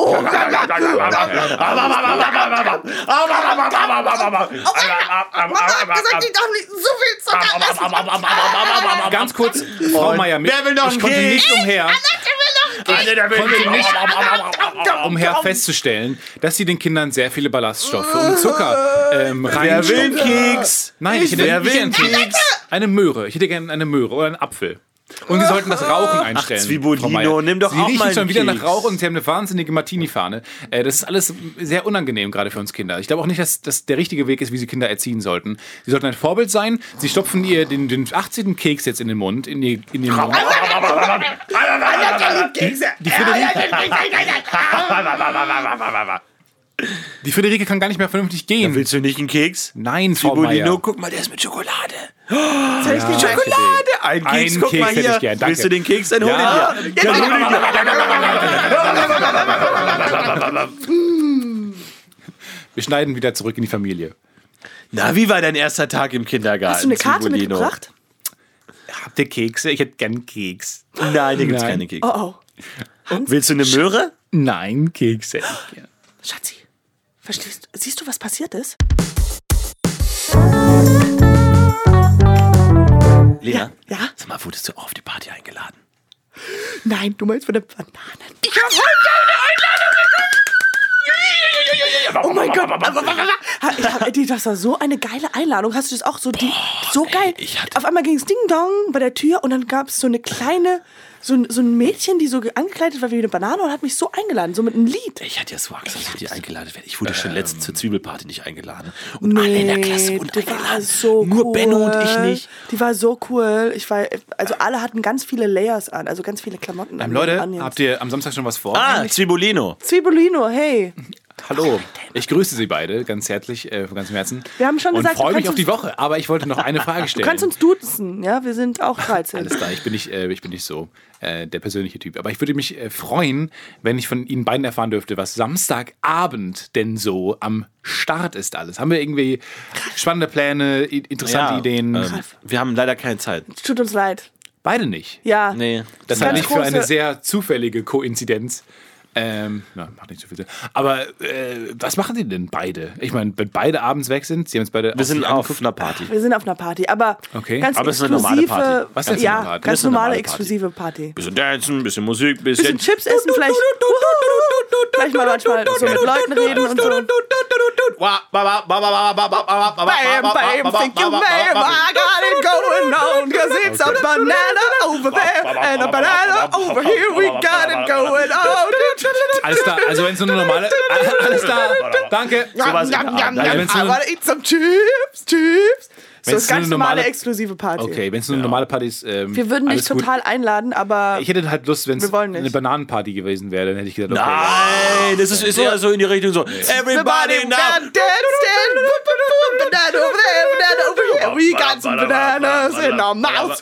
Speaker 6: Ganz kurz, Frau Meier, mit-
Speaker 9: Wer will noch
Speaker 6: ich
Speaker 9: einen
Speaker 6: konnte
Speaker 9: Keks?
Speaker 6: nicht umher. konnte nicht umher festzustellen, dass sie den Kindern sehr viele Ballaststoffe und Zucker ähm,
Speaker 9: Wer will einen
Speaker 6: reinstopfen.
Speaker 9: Keks?
Speaker 6: Nein, ich hätte
Speaker 9: Wer will
Speaker 6: gern
Speaker 9: einen Keks?
Speaker 6: Eine Möhre. Ich hätte gerne eine Möhre oder einen Apfel. Und sie sollten das Rauchen einstellen.
Speaker 9: Zwiebelino,
Speaker 6: Frau Meier.
Speaker 9: nimm doch
Speaker 6: sie
Speaker 9: auch
Speaker 6: riechen
Speaker 9: mal einen
Speaker 6: schon wieder
Speaker 9: Keks.
Speaker 6: nach Rauch und sie haben eine wahnsinnige Martini-Fahne. Äh, das ist alles sehr unangenehm, gerade für uns Kinder. Ich glaube auch nicht, dass das der richtige Weg ist, wie sie Kinder erziehen sollten. Sie sollten ein Vorbild sein. Sie stopfen ihr den, den 18. Keks jetzt in den Mund, in, die, in den Mund. Die Friederike, die Friederike kann gar nicht mehr vernünftig gehen.
Speaker 9: Willst du nicht einen Keks?
Speaker 6: Nein, Frau Meier.
Speaker 9: Zwiebulino, guck mal, der ist mit Schokolade.
Speaker 6: Schokolade.
Speaker 9: Ein
Speaker 6: Einen
Speaker 9: Ah, Keks, guck
Speaker 6: Keks
Speaker 9: mal
Speaker 6: hätte
Speaker 9: hier.
Speaker 6: ich gern, danke.
Speaker 9: Willst du den Keks? Dann hol
Speaker 6: Ja.
Speaker 9: den hier. Dann hol den hier.
Speaker 6: Wir schneiden wieder zurück in die Familie.
Speaker 9: Na, wie war dein erster Tag im Kindergarten?
Speaker 4: Hast du eine Karte
Speaker 9: Zimbolino?
Speaker 4: mitgebracht?
Speaker 6: Habt ihr Kekse? Ich hätte gern Keks.
Speaker 9: Nein, hier gibt's
Speaker 6: Nein.
Speaker 9: keine Kekse.
Speaker 4: Oh, oh.
Speaker 9: Willst du eine Möhre?
Speaker 6: Nein, Kekse.
Speaker 4: Schatzi, verstehst Siehst du, was passiert ist?
Speaker 9: Lena?
Speaker 4: Ja, ja.
Speaker 9: Sag mal, wurdest du auch auf die Party eingeladen?
Speaker 4: Nein, du meinst von der Banane.
Speaker 9: Ich hab heute
Speaker 4: Oh mein Gott. Ha- ich hab- die- Das war so eine geile Einladung. Hast du das auch so, die, so geil?
Speaker 9: ich hatte-
Speaker 4: Auf einmal ging es Ding-Dong bei der Tür und dann gab es so eine kleine, so ein, so ein Mädchen, die so ge- angekleidet war wie eine Banane und hat mich so eingeladen, so mit einem Lied.
Speaker 9: Ich hatte ja so Angst, Ähm. dass ich dir eingeladen werde. Ich wurde schon letztens zur Zwiebelparty nicht eingeladen. Und alle in der Klasse wurden
Speaker 4: die war
Speaker 9: eingeladen.
Speaker 4: so
Speaker 9: Nur
Speaker 4: cool.
Speaker 9: Benno und ich nicht.
Speaker 4: Die war so cool. Ich war, also alle hatten ganz viele Layers an, also ganz viele Klamotten
Speaker 9: Ähm,
Speaker 4: an.
Speaker 6: Ähm, Leute,
Speaker 4: an
Speaker 6: habt ihr am Samstag schon was vor?
Speaker 9: Ah, Zwiebelino.
Speaker 4: Zwiebelino, hey.
Speaker 6: Hallo, ich grüße Sie beide ganz herzlich, äh, von ganzem Herzen.
Speaker 4: Wir haben schon
Speaker 6: und
Speaker 4: gesagt, du
Speaker 6: freue mich
Speaker 4: kannst
Speaker 6: auf die
Speaker 4: uns-
Speaker 6: Woche, aber ich wollte noch eine Frage
Speaker 4: Du
Speaker 6: stellen.
Speaker 4: kannst uns duzen, ja? Wir sind auch 13.
Speaker 6: Alles klar, ich bin nicht, äh, ich bin nicht so äh, der persönliche Typ. Aber ich würde mich äh, freuen, wenn ich von Ihnen beiden erfahren dürfte, was Samstagabend denn so am Start ist alles. Haben wir irgendwie spannende Pläne, i- interessante
Speaker 9: Ja,
Speaker 6: Ideen?
Speaker 9: Ähm, wir haben leider keine Zeit.
Speaker 4: Tut uns leid.
Speaker 6: Beide nicht.
Speaker 4: Ja.
Speaker 9: Nee.
Speaker 6: Das
Speaker 4: Ganz
Speaker 6: halte ich für
Speaker 4: große-
Speaker 6: eine sehr zufällige Koinzidenz. Ähm, na, macht nicht so viel Sinn. Aber äh, was machen Sie denn beide? Ich meine, wenn beide abends weg sind, Sie haben jetzt beide.
Speaker 9: Wir sind
Speaker 6: sich
Speaker 9: auf
Speaker 6: angeguckt.
Speaker 9: einer Party.
Speaker 4: Wir sind auf einer Party, aber
Speaker 6: Okay.
Speaker 4: ganz
Speaker 9: Aber es ist eine
Speaker 4: exklusive,
Speaker 9: normale Party.
Speaker 6: Was ist denn
Speaker 4: ja,
Speaker 6: eine normale Party?
Speaker 4: ganz
Speaker 9: Ist eine
Speaker 4: normale,
Speaker 9: normale Party.
Speaker 4: exklusive Party.
Speaker 9: Bisschen Dancen, bisschen Musik, bisschen.
Speaker 4: Bisschen Chips essen, vielleicht, Wuhu. vielleicht mal manchmal so mit Leuten reden und so. Bam, bam, thank you, ma'am, I got it going on, cause it's a banana over there and a banana over here, we got it going on.
Speaker 14: Alles klar, also wenn es so eine normale. Alles klar, danke.
Speaker 9: Sowas in der Art.
Speaker 4: Yum,
Speaker 14: Nein,
Speaker 4: yum,
Speaker 14: wenn's so
Speaker 4: I
Speaker 14: eine-
Speaker 4: wanna eat some chips, chips. So
Speaker 14: Wenn's
Speaker 4: ist
Speaker 14: so eine
Speaker 4: ganz normale,
Speaker 14: normale-
Speaker 4: exklusive Party.
Speaker 6: Okay, wenn es eine normale Party ist. Ähm,
Speaker 4: Wir würden dich
Speaker 6: alles gut.
Speaker 4: total einladen, aber
Speaker 6: Ich hätte halt Lust, wenn
Speaker 4: Wir
Speaker 6: es
Speaker 4: wollen nicht.
Speaker 6: eine Bananenparty gewesen wäre, dann hätte ich gedacht, okay.
Speaker 9: Nein, das ist, ist eher so in die Richtung so. Everybody now.
Speaker 4: banana over there, banana over here. We got some bananas in our mouths.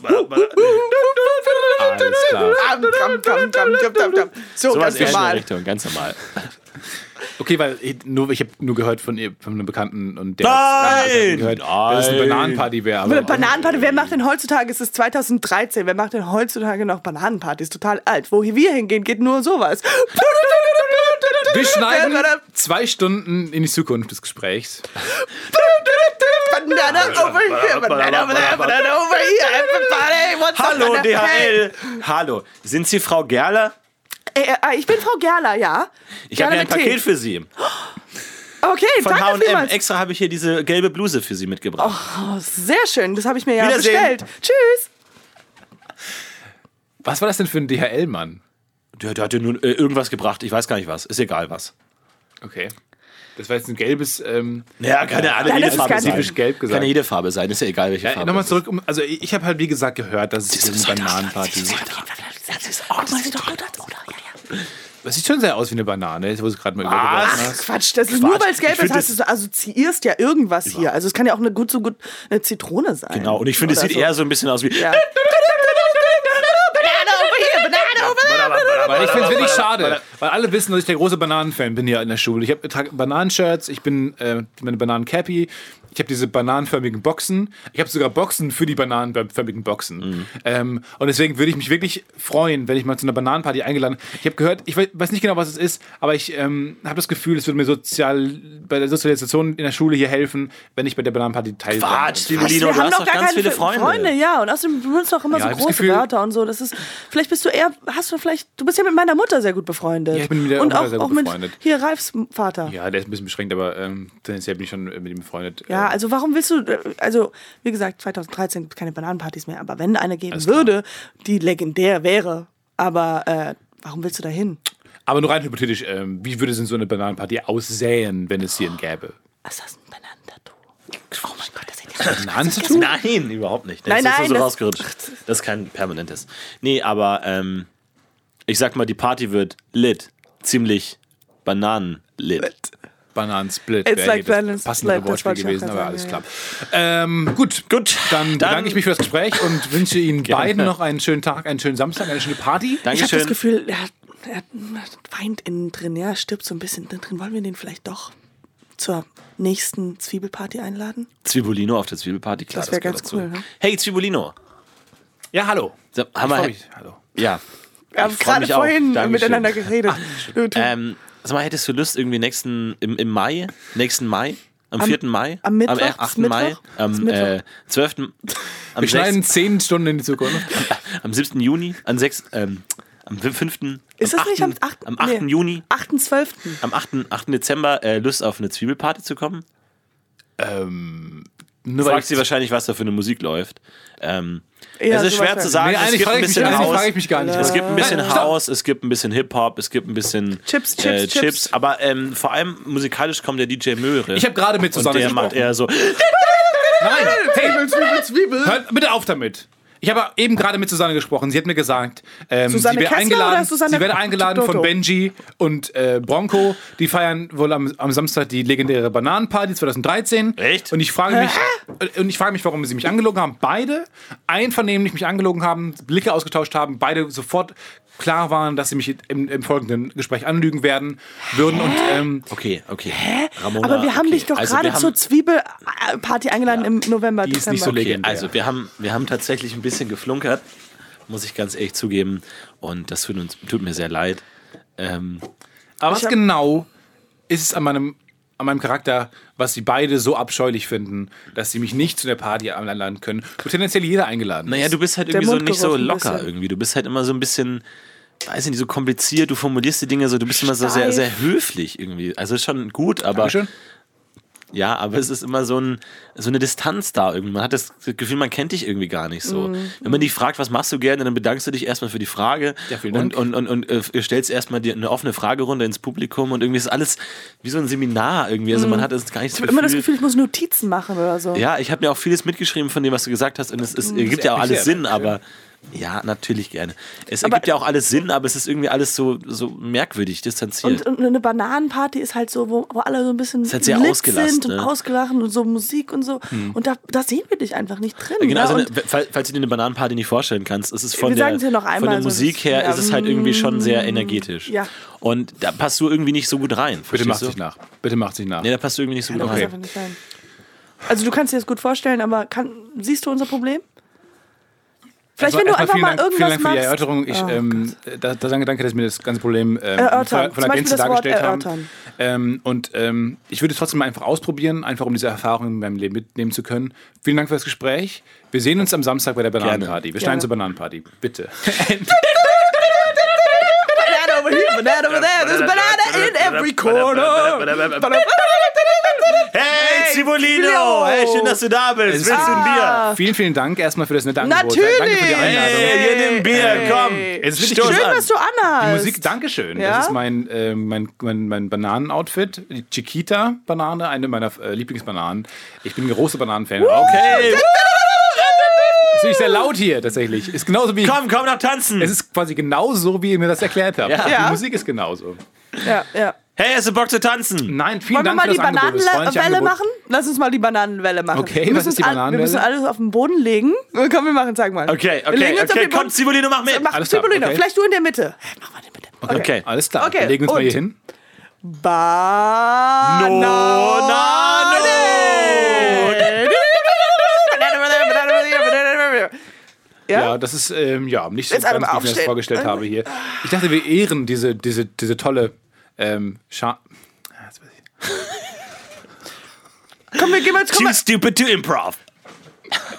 Speaker 6: Alles klar.
Speaker 4: So, ganz
Speaker 9: Sowas eher in die
Speaker 4: normal.
Speaker 9: Richtung, ganz normal.
Speaker 6: Okay, weil ich, nur, ich habe nur gehört von, ihr- von einem Bekannten und der
Speaker 9: Nein!
Speaker 6: hat's gehört, dass es eine
Speaker 9: Nein!
Speaker 6: Bananenparty wäre. aber-
Speaker 4: Eine Bananenparty, wer macht denn heutzutage, es ist 2013, wer macht denn heutzutage noch Bananenpartys? Total alt. Wo wir hingehen, geht nur sowas.
Speaker 6: Wir schneiden zwei Stunden in die Zukunft des Gesprächs.
Speaker 4: Banana over here, banana over there, banana over here. Everybody wants some
Speaker 9: Hallo
Speaker 4: banana.
Speaker 9: DHL. Hallo, sind Sie Frau Gerler?
Speaker 4: Äh, äh, ich bin Frau Gerler, ja.
Speaker 9: Ich habe
Speaker 4: Gerner
Speaker 9: hier ein
Speaker 4: mit
Speaker 9: Paket
Speaker 4: Tee.
Speaker 9: für Sie.
Speaker 4: Okay,
Speaker 9: Von
Speaker 4: danke
Speaker 9: H&M.
Speaker 4: vielmals. Oh.
Speaker 9: Extra habe ich hier diese gelbe Bluse für Sie mitgebracht.
Speaker 4: Sehr schön, das habe ich mir ja
Speaker 9: Wiedersehen.
Speaker 4: bestellt. Tschüss.
Speaker 6: Was war das denn für ein DHL-Mann?
Speaker 9: Der, der hat dir nun äh, irgendwas gebracht. Ich weiß gar nicht was. Ist egal was.
Speaker 6: Okay. Das war jetzt ein gelbes. Ähm,
Speaker 9: Ja, kann ja alle
Speaker 4: Nein,
Speaker 9: jede
Speaker 4: das ist
Speaker 9: Farbe
Speaker 4: kein-
Speaker 9: sein.
Speaker 6: Spezifisch gelb gesagt.
Speaker 9: Äh, Kann ja jede Farbe sein. Ist ja egal, welche
Speaker 6: ja,
Speaker 9: Farbe.
Speaker 6: nochmal zurück. Um, also, ich habe halt, wie gesagt, gehört, dass es diese Bananenparty ist. Das sieht schon sehr aus wie eine Banane, jetzt, wo es gerade mal übergeworfen
Speaker 4: Ach,
Speaker 6: hast.
Speaker 4: Quatsch, das ist nur, weil es gelb
Speaker 9: find
Speaker 4: ist, heißt,
Speaker 9: das-
Speaker 4: du assoziierst ja irgendwas hier. Also es kann ja auch eine gut so gut eine Zitrone sein.
Speaker 9: Genau, und ich finde, es
Speaker 4: Oder
Speaker 9: sieht eher so ein bisschen aus wie.
Speaker 4: Ja.
Speaker 9: Banane
Speaker 4: over here, banana over there.
Speaker 14: Weil
Speaker 6: Ich finde es wirklich schade,
Speaker 14: Weil-
Speaker 6: weil alle wissen, dass ich der große Bananenfan bin hier in der Schule. Ich habe Bananenshirts, ich bin äh, meine Bananen-Cappy, ich habe diese bananenförmigen Boxen, ich habe sogar Boxen für die bananenförmigen Boxen.
Speaker 14: Mhm.
Speaker 6: Ähm, und deswegen würde ich mich wirklich freuen, wenn ich mal zu einer Bananenparty eingeladen. Ich habe gehört, ich we- weiß nicht genau, was es ist, aber ich ähm, habe das Gefühl, es würde mir sozial bei der Sozialisation in der Schule hier helfen, wenn ich bei der Bananenparty teilnehme.
Speaker 9: Quatsch, liebe
Speaker 4: Wir
Speaker 9: Lino, du
Speaker 4: haben
Speaker 9: hast
Speaker 4: doch
Speaker 9: doch
Speaker 4: gar
Speaker 9: ganz
Speaker 4: keine
Speaker 9: viele
Speaker 4: Fe-
Speaker 9: Freunde.
Speaker 4: ja. Und außerdem benutzt du auch immer
Speaker 6: Ja,
Speaker 4: so
Speaker 6: ich hab das
Speaker 4: große
Speaker 6: Gefühl-
Speaker 4: Wörter und so. Das ist, vielleicht bist du eher, hast du vielleicht, du bist ja mit meiner Mutter sehr gut befreundet.
Speaker 6: Ja, ich bin mit der
Speaker 4: und
Speaker 6: Mutter
Speaker 4: auch,
Speaker 6: sehr
Speaker 4: auch
Speaker 6: gut
Speaker 4: mit
Speaker 6: befreundet.
Speaker 4: hier Ralfs Vater. Ja.
Speaker 6: Ja, der ist ein bisschen beschränkt, aber ähm, tendenziell bin ich schon mit ihm befreundet. äh,
Speaker 4: also warum willst du, äh, also wie gesagt, 2013 gibt es keine Bananenpartys mehr, aber wenn eine geben würde, die legendär wäre, aber äh, warum willst du da hin?
Speaker 6: Aber nur rein hypothetisch, ähm, wie würde es denn so eine Bananenparty aussähen, wenn es hier einen gäbe?
Speaker 4: Was ist das ein Bananentattoo? Oh mein Gott, das sieht ja
Speaker 6: Bananentattoo?
Speaker 9: Nein, überhaupt nicht.
Speaker 4: Nein,
Speaker 9: das
Speaker 4: nein,
Speaker 9: ist nur so
Speaker 4: das-
Speaker 9: rausgerutscht. Das ist kein permanentes. Nee, aber ähm, ich sag mal, die Party wird lit. Ziemlich bananenlit.
Speaker 6: Bananensplit
Speaker 4: It's
Speaker 6: hier
Speaker 4: like
Speaker 6: das
Speaker 4: Bananen
Speaker 6: passendere
Speaker 4: Split, das
Speaker 6: Wortspiel
Speaker 4: wollte
Speaker 6: gewesen,
Speaker 4: ich auch gerade
Speaker 6: aber alles klar.
Speaker 4: sagen,
Speaker 6: Ähm, gut,
Speaker 9: Gut,
Speaker 6: Dann bedanke ich mich für das Gespräch und wünsche Ihnen
Speaker 9: Gerne.
Speaker 6: beiden noch einen schönen Tag, einen schönen Samstag, eine schöne Party.
Speaker 4: Ich habe das
Speaker 9: Dankeschön.
Speaker 4: Gefühl, er, hat- er hat- er weint innen drin, ja, er stirbt so ein bisschen innen drin. Wollen wir den vielleicht doch zur nächsten Zwiebelparty einladen?
Speaker 9: Zwiebelino auf der Zwiebelparty, klar.
Speaker 4: Das wär
Speaker 9: gehört
Speaker 4: ganz cool, ne?
Speaker 9: Hey, Zwiebelino.
Speaker 6: Ja, hallo.
Speaker 9: So, haben wir,
Speaker 6: Ich freu mich. Hallo.
Speaker 9: ja.
Speaker 4: Wir haben
Speaker 9: freu
Speaker 4: gerade
Speaker 9: mich auch.
Speaker 4: vorhin
Speaker 9: Dankeschön.
Speaker 4: miteinander geredet. Du, du,
Speaker 9: Ähm, sag mal, hättest du Lust, irgendwie nächsten, im, im Mai, nächsten Mai, am, 4. Mai,
Speaker 4: am Mittwoch,
Speaker 9: am 8.
Speaker 4: ist
Speaker 9: Mai,
Speaker 4: Mittwoch, ist
Speaker 9: am
Speaker 4: Mittwoch.
Speaker 9: äh, 12., am,
Speaker 6: Wir
Speaker 9: 6.,
Speaker 6: schneiden zehn Stunden in die Zukunft.
Speaker 9: am 7. Juni, am 6., ähm, am 5.,
Speaker 4: ist
Speaker 9: am
Speaker 4: das nicht am 8.
Speaker 9: am 8. Juni,
Speaker 4: 8.12.
Speaker 9: am 8. 8. Dezember äh, Lust auf eine Zwiebelparty zu kommen?
Speaker 6: Nur
Speaker 9: Fragt sie
Speaker 6: ich-
Speaker 9: wahrscheinlich, was da für eine Musik läuft. Ähm,
Speaker 4: Ja, halt.
Speaker 9: es ist
Speaker 4: sowas
Speaker 9: schwer
Speaker 4: wär-
Speaker 9: zu sagen,
Speaker 6: Nee,
Speaker 9: es
Speaker 6: eigentlich
Speaker 9: gibt
Speaker 6: frage
Speaker 9: ein
Speaker 6: ich, mich gar
Speaker 9: bisschen
Speaker 6: nicht,
Speaker 9: Haus.
Speaker 6: frage ich mich gar nicht.
Speaker 9: Es gibt ein bisschen
Speaker 6: Nein, stopp.
Speaker 9: House, es gibt ein bisschen Hip-Hop, es gibt ein bisschen
Speaker 4: Chips, Chips,
Speaker 9: äh,
Speaker 4: Chips.
Speaker 9: Chips. Aber ähm, vor allem musikalisch kommt der DJ Möhre.
Speaker 6: Ich habe gerade mit
Speaker 9: und
Speaker 6: Susanne
Speaker 9: der
Speaker 6: gesprochen.
Speaker 9: macht eher so.
Speaker 6: Nein, hey, Zwiebel, Zwiebel, Zwiebel. Hört bitte auf damit. Ich habe eben gerade mit Susanne gesprochen. Sie hat mir gesagt, ähm,
Speaker 4: Susanne
Speaker 6: sie wäre
Speaker 4: Kessler
Speaker 6: eingeladen,
Speaker 4: oder Susanne
Speaker 6: sie wäre eingeladen
Speaker 4: Dotto?
Speaker 6: von Benji und äh, Bronco. Die feiern wohl am, am Samstag die legendäre Bananenparty 2013.
Speaker 9: Echt?
Speaker 6: Und ich frage mich, äh, und ich frage mich, warum sie mich angelogen haben. Beide einvernehmlich mich angelogen haben, Blicke ausgetauscht haben, beide sofort klar waren, dass sie mich im, im folgenden Gespräch anlügen werden würden. Und ähm,
Speaker 9: Okay, okay. Hä? Ramona,
Speaker 4: Aber wir haben
Speaker 9: okay.
Speaker 4: dich doch
Speaker 9: Also wir
Speaker 4: gerade
Speaker 9: haben-
Speaker 4: zur Zwiebelparty eingeladen im November,
Speaker 6: Die ist
Speaker 4: Dezember.
Speaker 6: nicht so
Speaker 9: Okay,
Speaker 6: legendär.
Speaker 9: also wir haben, wir haben tatsächlich ein bisschen geflunkert, muss ich ganz ehrlich zugeben. Und das tut, uns, tut mir sehr leid. Ähm,
Speaker 6: Aber was genau ist es an meinem, an meinem Charakter, was sie beide so abscheulich finden, dass sie mich nicht zu der Party einladen können, wo tendenziell jeder eingeladen
Speaker 9: Naja,
Speaker 6: ist?
Speaker 9: du bist halt irgendwie so
Speaker 4: Mund
Speaker 9: nicht so
Speaker 4: gerochen
Speaker 9: locker
Speaker 4: bisschen.
Speaker 9: irgendwie. Du bist halt immer so ein bisschen, weiß ich nicht, so kompliziert. Du formulierst die Dinge so, du bist immer so sehr, sehr höflich irgendwie. Also ist schon gut, aber
Speaker 6: Dankeschön.
Speaker 9: ja, aber es ist immer so, ein, so eine Distanz da irgendwie. Man hat das Gefühl, man kennt dich irgendwie gar nicht so.
Speaker 4: Mhm.
Speaker 9: Wenn man dich fragt, was machst du gerne, dann bedankst du dich erstmal für die Frage
Speaker 6: Ja, vielen Dank.
Speaker 9: und, und, und, und äh, stellst erstmal dir eine offene Fragerunde ins Publikum und irgendwie ist alles wie so ein Seminar irgendwie. Also man hat das gar nicht
Speaker 4: Ich habe Mhm. immer das Gefühl, ich muss Notizen machen oder so.
Speaker 9: ja, ich habe mir auch vieles mitgeschrieben von dem, was du gesagt hast. Und es, ist, ergibt ja auch alles Sinn, aber. Ja, natürlich gerne. Es ergibt ja auch alles Sinn, aber es ist irgendwie alles so, so merkwürdig distanziert.
Speaker 4: Und, und eine Bananenparty ist halt so, wo, wo alle so ein bisschen
Speaker 9: ist halt sehr
Speaker 4: lit
Speaker 9: ausgelassen,
Speaker 4: sind und
Speaker 9: ne? Hm.
Speaker 4: ausgelachen und so Musik und so. Und da, da sehen wir dich einfach nicht drin.
Speaker 9: genau,
Speaker 4: ne?
Speaker 9: also,
Speaker 4: und
Speaker 9: ne, falls, falls du dir eine Bananenparty nicht vorstellen kannst, es ist von
Speaker 4: Wir
Speaker 9: der,
Speaker 4: sagen's ja noch
Speaker 9: von
Speaker 4: einmal,
Speaker 9: der
Speaker 4: also es
Speaker 9: Musik
Speaker 4: ist-
Speaker 9: her
Speaker 4: ja,
Speaker 9: ist es halt irgendwie schon sehr energetisch.
Speaker 4: ja.
Speaker 9: Und da passt du irgendwie nicht so gut rein.
Speaker 6: Bitte macht
Speaker 9: du?
Speaker 6: sich nach. Bitte macht sich nach.
Speaker 9: Nee, da passt du irgendwie nicht so gut
Speaker 4: das kann
Speaker 9: rein.
Speaker 4: einfach nicht sein. Also du kannst dir das gut vorstellen, aber kann, siehst du unser Problem? Vielleicht, wenn du
Speaker 6: Also erstmal
Speaker 4: einfach mal
Speaker 6: vielen
Speaker 4: irgendwas
Speaker 6: Dank, vielen Dank
Speaker 4: machst.
Speaker 6: für
Speaker 4: Ah.
Speaker 6: die Erörterung. Ich, ähm, da, da danke, danke, dass mir das ganze Problem ähm,
Speaker 4: Erörtern.
Speaker 6: von
Speaker 4: Zum
Speaker 6: der
Speaker 4: Beispiel
Speaker 6: Gänze
Speaker 4: das Wort
Speaker 6: dargestellt haben.
Speaker 4: erörtern.
Speaker 6: Ähm, und ähm, ich würde es trotzdem mal einfach ausprobieren, einfach um diese Erfahrung in meinem Leben mitnehmen zu können. Vielen Dank für das Gespräch. Wir sehen uns am Samstag bei der Bananenparty. Wir schneiden zur Bananenparty. Bitte.
Speaker 4: Banana over here, banana over there, there's a banana in every corner.
Speaker 9: Hey, Zibolino! Hey, schön, dass du da bist. Willst du ein Bier?
Speaker 6: Vielen, vielen Dank erstmal für das nette Angebot. Danke für die Einladung. Ähm,
Speaker 9: Hey, hier, nimm Bier, komm.
Speaker 6: Es ist richtig
Speaker 9: Stoß
Speaker 6: schön,
Speaker 4: Schön, dass du
Speaker 6: Die
Speaker 4: anhast.
Speaker 6: Musik, Dankeschön.
Speaker 4: Ja?
Speaker 6: Das ist mein, äh, mein, mein, mein Bananenoutfit. Die Chiquita-Banane, eine meiner äh, Lieblingsbananen. Ich bin ein großer Bananenfan.
Speaker 9: Okay,
Speaker 6: Ist nämlich sehr laut hier tatsächlich. Ist genauso wie.
Speaker 9: komm, komm noch tanzen.
Speaker 6: Es ist quasi genauso, wie ihr mir das erklärt habt.
Speaker 9: Ja.
Speaker 4: Ja.
Speaker 6: Die Musik ist genauso.
Speaker 4: Ja, ja.
Speaker 9: Hey, hast du Bock zu tanzen?
Speaker 6: Nein, vielen Dank
Speaker 4: Wollen wir mal
Speaker 6: für das
Speaker 4: die
Speaker 6: Angebot. Das freundliche
Speaker 4: Bananenwelle
Speaker 6: Angebot.
Speaker 4: machen? Lass uns mal die Bananenwelle machen.
Speaker 6: Okay,
Speaker 4: wir
Speaker 6: was
Speaker 4: müssen
Speaker 6: ist die
Speaker 4: uns all-
Speaker 6: Bananenwelle?
Speaker 4: Wir müssen alles auf den Boden legen. Komm, wir machen, sag mal.
Speaker 9: Okay,
Speaker 4: wir legen
Speaker 9: okay,
Speaker 4: uns auf
Speaker 9: okay.
Speaker 4: den
Speaker 9: Komm,
Speaker 4: Boden.
Speaker 9: Zibolino, mach mit.
Speaker 4: Mach
Speaker 6: Alles klar,
Speaker 4: Zwiebelino,
Speaker 6: okay.
Speaker 4: vielleicht du in der Mitte. Mach mal in der Mitte.
Speaker 9: Okay.
Speaker 6: Alles klar,
Speaker 4: Okay,
Speaker 6: wir legen uns mal
Speaker 4: und?
Speaker 6: hier hin.
Speaker 4: Banane.
Speaker 9: No, na,
Speaker 6: Ja,
Speaker 4: Ja?
Speaker 6: das ist ähm, ja nicht so
Speaker 4: Jetzt alle
Speaker 6: ganz, wie ich mir das
Speaker 4: aufstehen.
Speaker 6: vorgestellt habe hier. Ich dachte, wir ehren diese, diese, diese tolle ähm, Scha Ah, jetzt weiß ich-
Speaker 4: Komm, wir gehen jetzt, komm,
Speaker 9: Too
Speaker 4: mal,
Speaker 9: stupid to improv.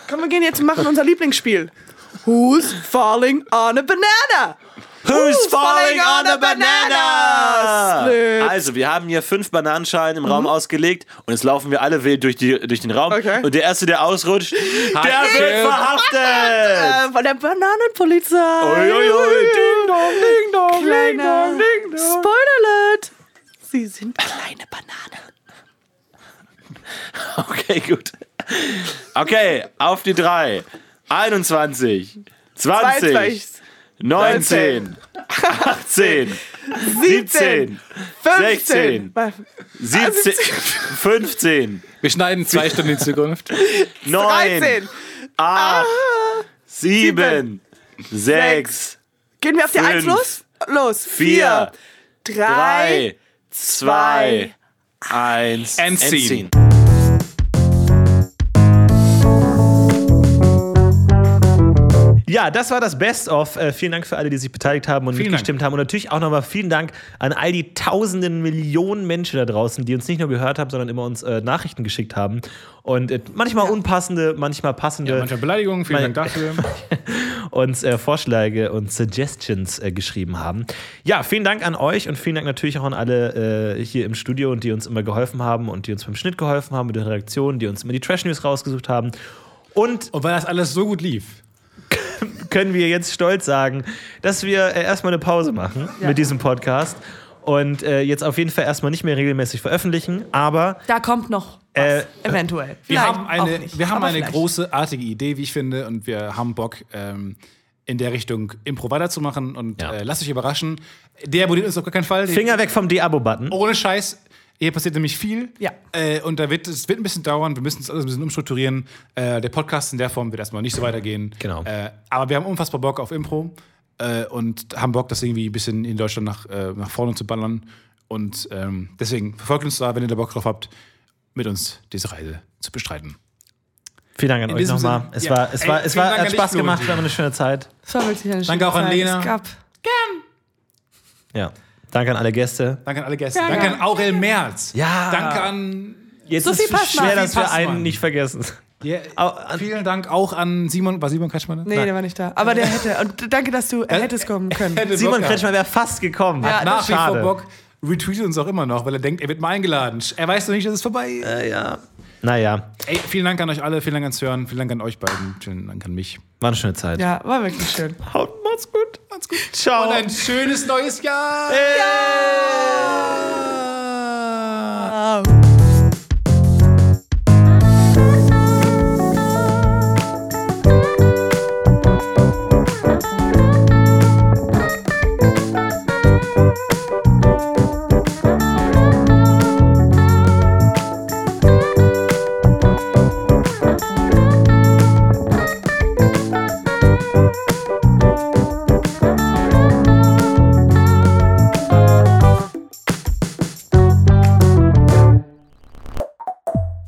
Speaker 4: komm, wir gehen jetzt und machen unser Lieblingsspiel. Who's falling on a banana?
Speaker 9: Who's falling on a banana? Also, wir haben hier fünf Bananenschalen im Raum ausgelegt und jetzt laufen wir alle wild durch, die, durch den Raum.
Speaker 4: Okay.
Speaker 9: Und der Erste, der ausrutscht, der wird
Speaker 6: Schön.
Speaker 9: verhaftet.
Speaker 4: Äh, von der Bananenpolizei.
Speaker 9: Uiuiui, ding
Speaker 4: dong, ding dong, ding dong, ding dong. Spoiler alert. Sie sind kleine Bananen.
Speaker 9: Okay, gut. Okay, auf die drei. 21, 20, 19, 18, 17, 16, 17, 15,
Speaker 12: Wir schneiden zwei Stunden in Zukunft.
Speaker 9: 9,
Speaker 4: 13.
Speaker 9: 8, 7, 6,
Speaker 4: Gehen wir auf die
Speaker 9: Fünf.
Speaker 4: 1 los? Los.
Speaker 9: 4,
Speaker 4: 4,
Speaker 9: 3,
Speaker 4: 3.
Speaker 9: 2, 1.
Speaker 12: Endscene.
Speaker 3: Ja, das war das Best-of. Äh, vielen Dank für alle, die sich beteiligt haben und
Speaker 6: Vielen
Speaker 3: mitgestimmt haben. Und natürlich auch nochmal vielen Dank an all die tausenden Millionen Menschen da draußen, die uns nicht nur gehört haben, sondern immer uns äh, Nachrichten geschickt haben. Und äh, manchmal unpassende, manchmal passende
Speaker 6: Manchmal Beleidigungen, vielen
Speaker 3: Mein-
Speaker 6: Dank dafür.
Speaker 3: uns äh, Vorschläge und Suggestions äh, geschrieben haben. Ja, vielen Dank an euch und vielen Dank natürlich auch an alle äh, hier im Studio und die uns immer geholfen haben und die uns beim Schnitt geholfen haben, mit der Redaktion, die uns immer die Trash News rausgesucht haben. Und
Speaker 6: Und weil das alles so gut lief.
Speaker 3: können wir jetzt stolz sagen, dass wir äh, erstmal eine Pause machen mit diesem Podcast und äh, jetzt auf jeden Fall erstmal nicht mehr regelmäßig veröffentlichen, aber
Speaker 13: Da kommt noch was,
Speaker 3: äh,
Speaker 13: eventuell.
Speaker 6: Wir
Speaker 13: Vielleicht
Speaker 6: haben
Speaker 13: auch nicht,
Speaker 6: eine, wir haben
Speaker 13: aber
Speaker 6: eine
Speaker 13: vielleicht.
Speaker 6: großartige Idee, wie ich finde, und wir haben Bock, ähm, in der Richtung Impro weiterzumachen. Und
Speaker 3: Ja.
Speaker 6: äh, lasst euch überraschen. Der abonniert uns auf gar keinen Fall. Die-
Speaker 3: Finger weg vom De-Abo-Button.
Speaker 6: Ohne Scheiß. Hier passiert nämlich viel.
Speaker 13: Ja.
Speaker 6: Äh, und da wird es wird ein bisschen dauern. Wir müssen es alles ein bisschen umstrukturieren. Äh, der Podcast in der Form wird erstmal nicht so weitergehen.
Speaker 3: Genau.
Speaker 6: Äh, aber wir haben unfassbar Bock auf Impro äh, und haben Bock, das irgendwie ein bisschen in Deutschland nach, äh, nach vorne zu ballern. Und ähm, deswegen verfolgt uns da, wenn ihr da Bock drauf habt, mit uns diese Reise zu bestreiten.
Speaker 3: Vielen Dank an euch
Speaker 6: diesem
Speaker 3: nochmal.
Speaker 6: Sinne,
Speaker 3: Es
Speaker 6: ja.
Speaker 3: war, es
Speaker 6: Ey,
Speaker 3: war, es
Speaker 6: vielen
Speaker 3: war,
Speaker 6: Dank
Speaker 3: hat
Speaker 6: an
Speaker 3: Spaß
Speaker 6: dich,
Speaker 3: gemacht,
Speaker 6: Florentin.
Speaker 3: wir haben eine schöne Zeit.
Speaker 13: Es war wirklich eine schöne
Speaker 6: Danke auch an
Speaker 13: Zeit.
Speaker 6: Lena.
Speaker 13: Es gab
Speaker 3: Ja. Danke an alle Gäste.
Speaker 6: Danke an alle Gäste. Danke an Aurel Merz.
Speaker 3: Ja.
Speaker 6: Danke an.
Speaker 3: Jetzt
Speaker 13: Sophie
Speaker 3: ist es
Speaker 13: Passmann.
Speaker 3: schwer, dass
Speaker 6: Sophie
Speaker 3: wir einen
Speaker 6: Passmann.
Speaker 3: nicht vergessen.
Speaker 6: Yeah.
Speaker 3: Au- an-
Speaker 6: Vielen Dank auch an Simon. War Simon Kretschmann? da?
Speaker 13: Nee, der war nicht da. Aber der hätte. Und danke, dass du. Er hätte es kommen können.
Speaker 6: Hätte Bock
Speaker 3: Simon
Speaker 6: gehabt.
Speaker 3: Kretschmann wäre fast gekommen.
Speaker 13: Ja,
Speaker 6: nach wie vor
Speaker 3: Schade.
Speaker 6: Bock, retweetet uns auch immer noch, weil er denkt, er wird mal eingeladen. Er weiß noch nicht, dass es vorbei ist.
Speaker 3: Äh, ja. Naja,
Speaker 6: Ey, vielen Dank an euch alle, vielen Dank ans Hören, vielen Dank an euch beiden, vielen Dank an mich.
Speaker 3: war eine schöne Zeit.
Speaker 13: Ja, war wirklich schön.
Speaker 3: Haut, macht's gut. Macht's gut. Ciao. Äh.
Speaker 6: Und ein schönes neues Jahr!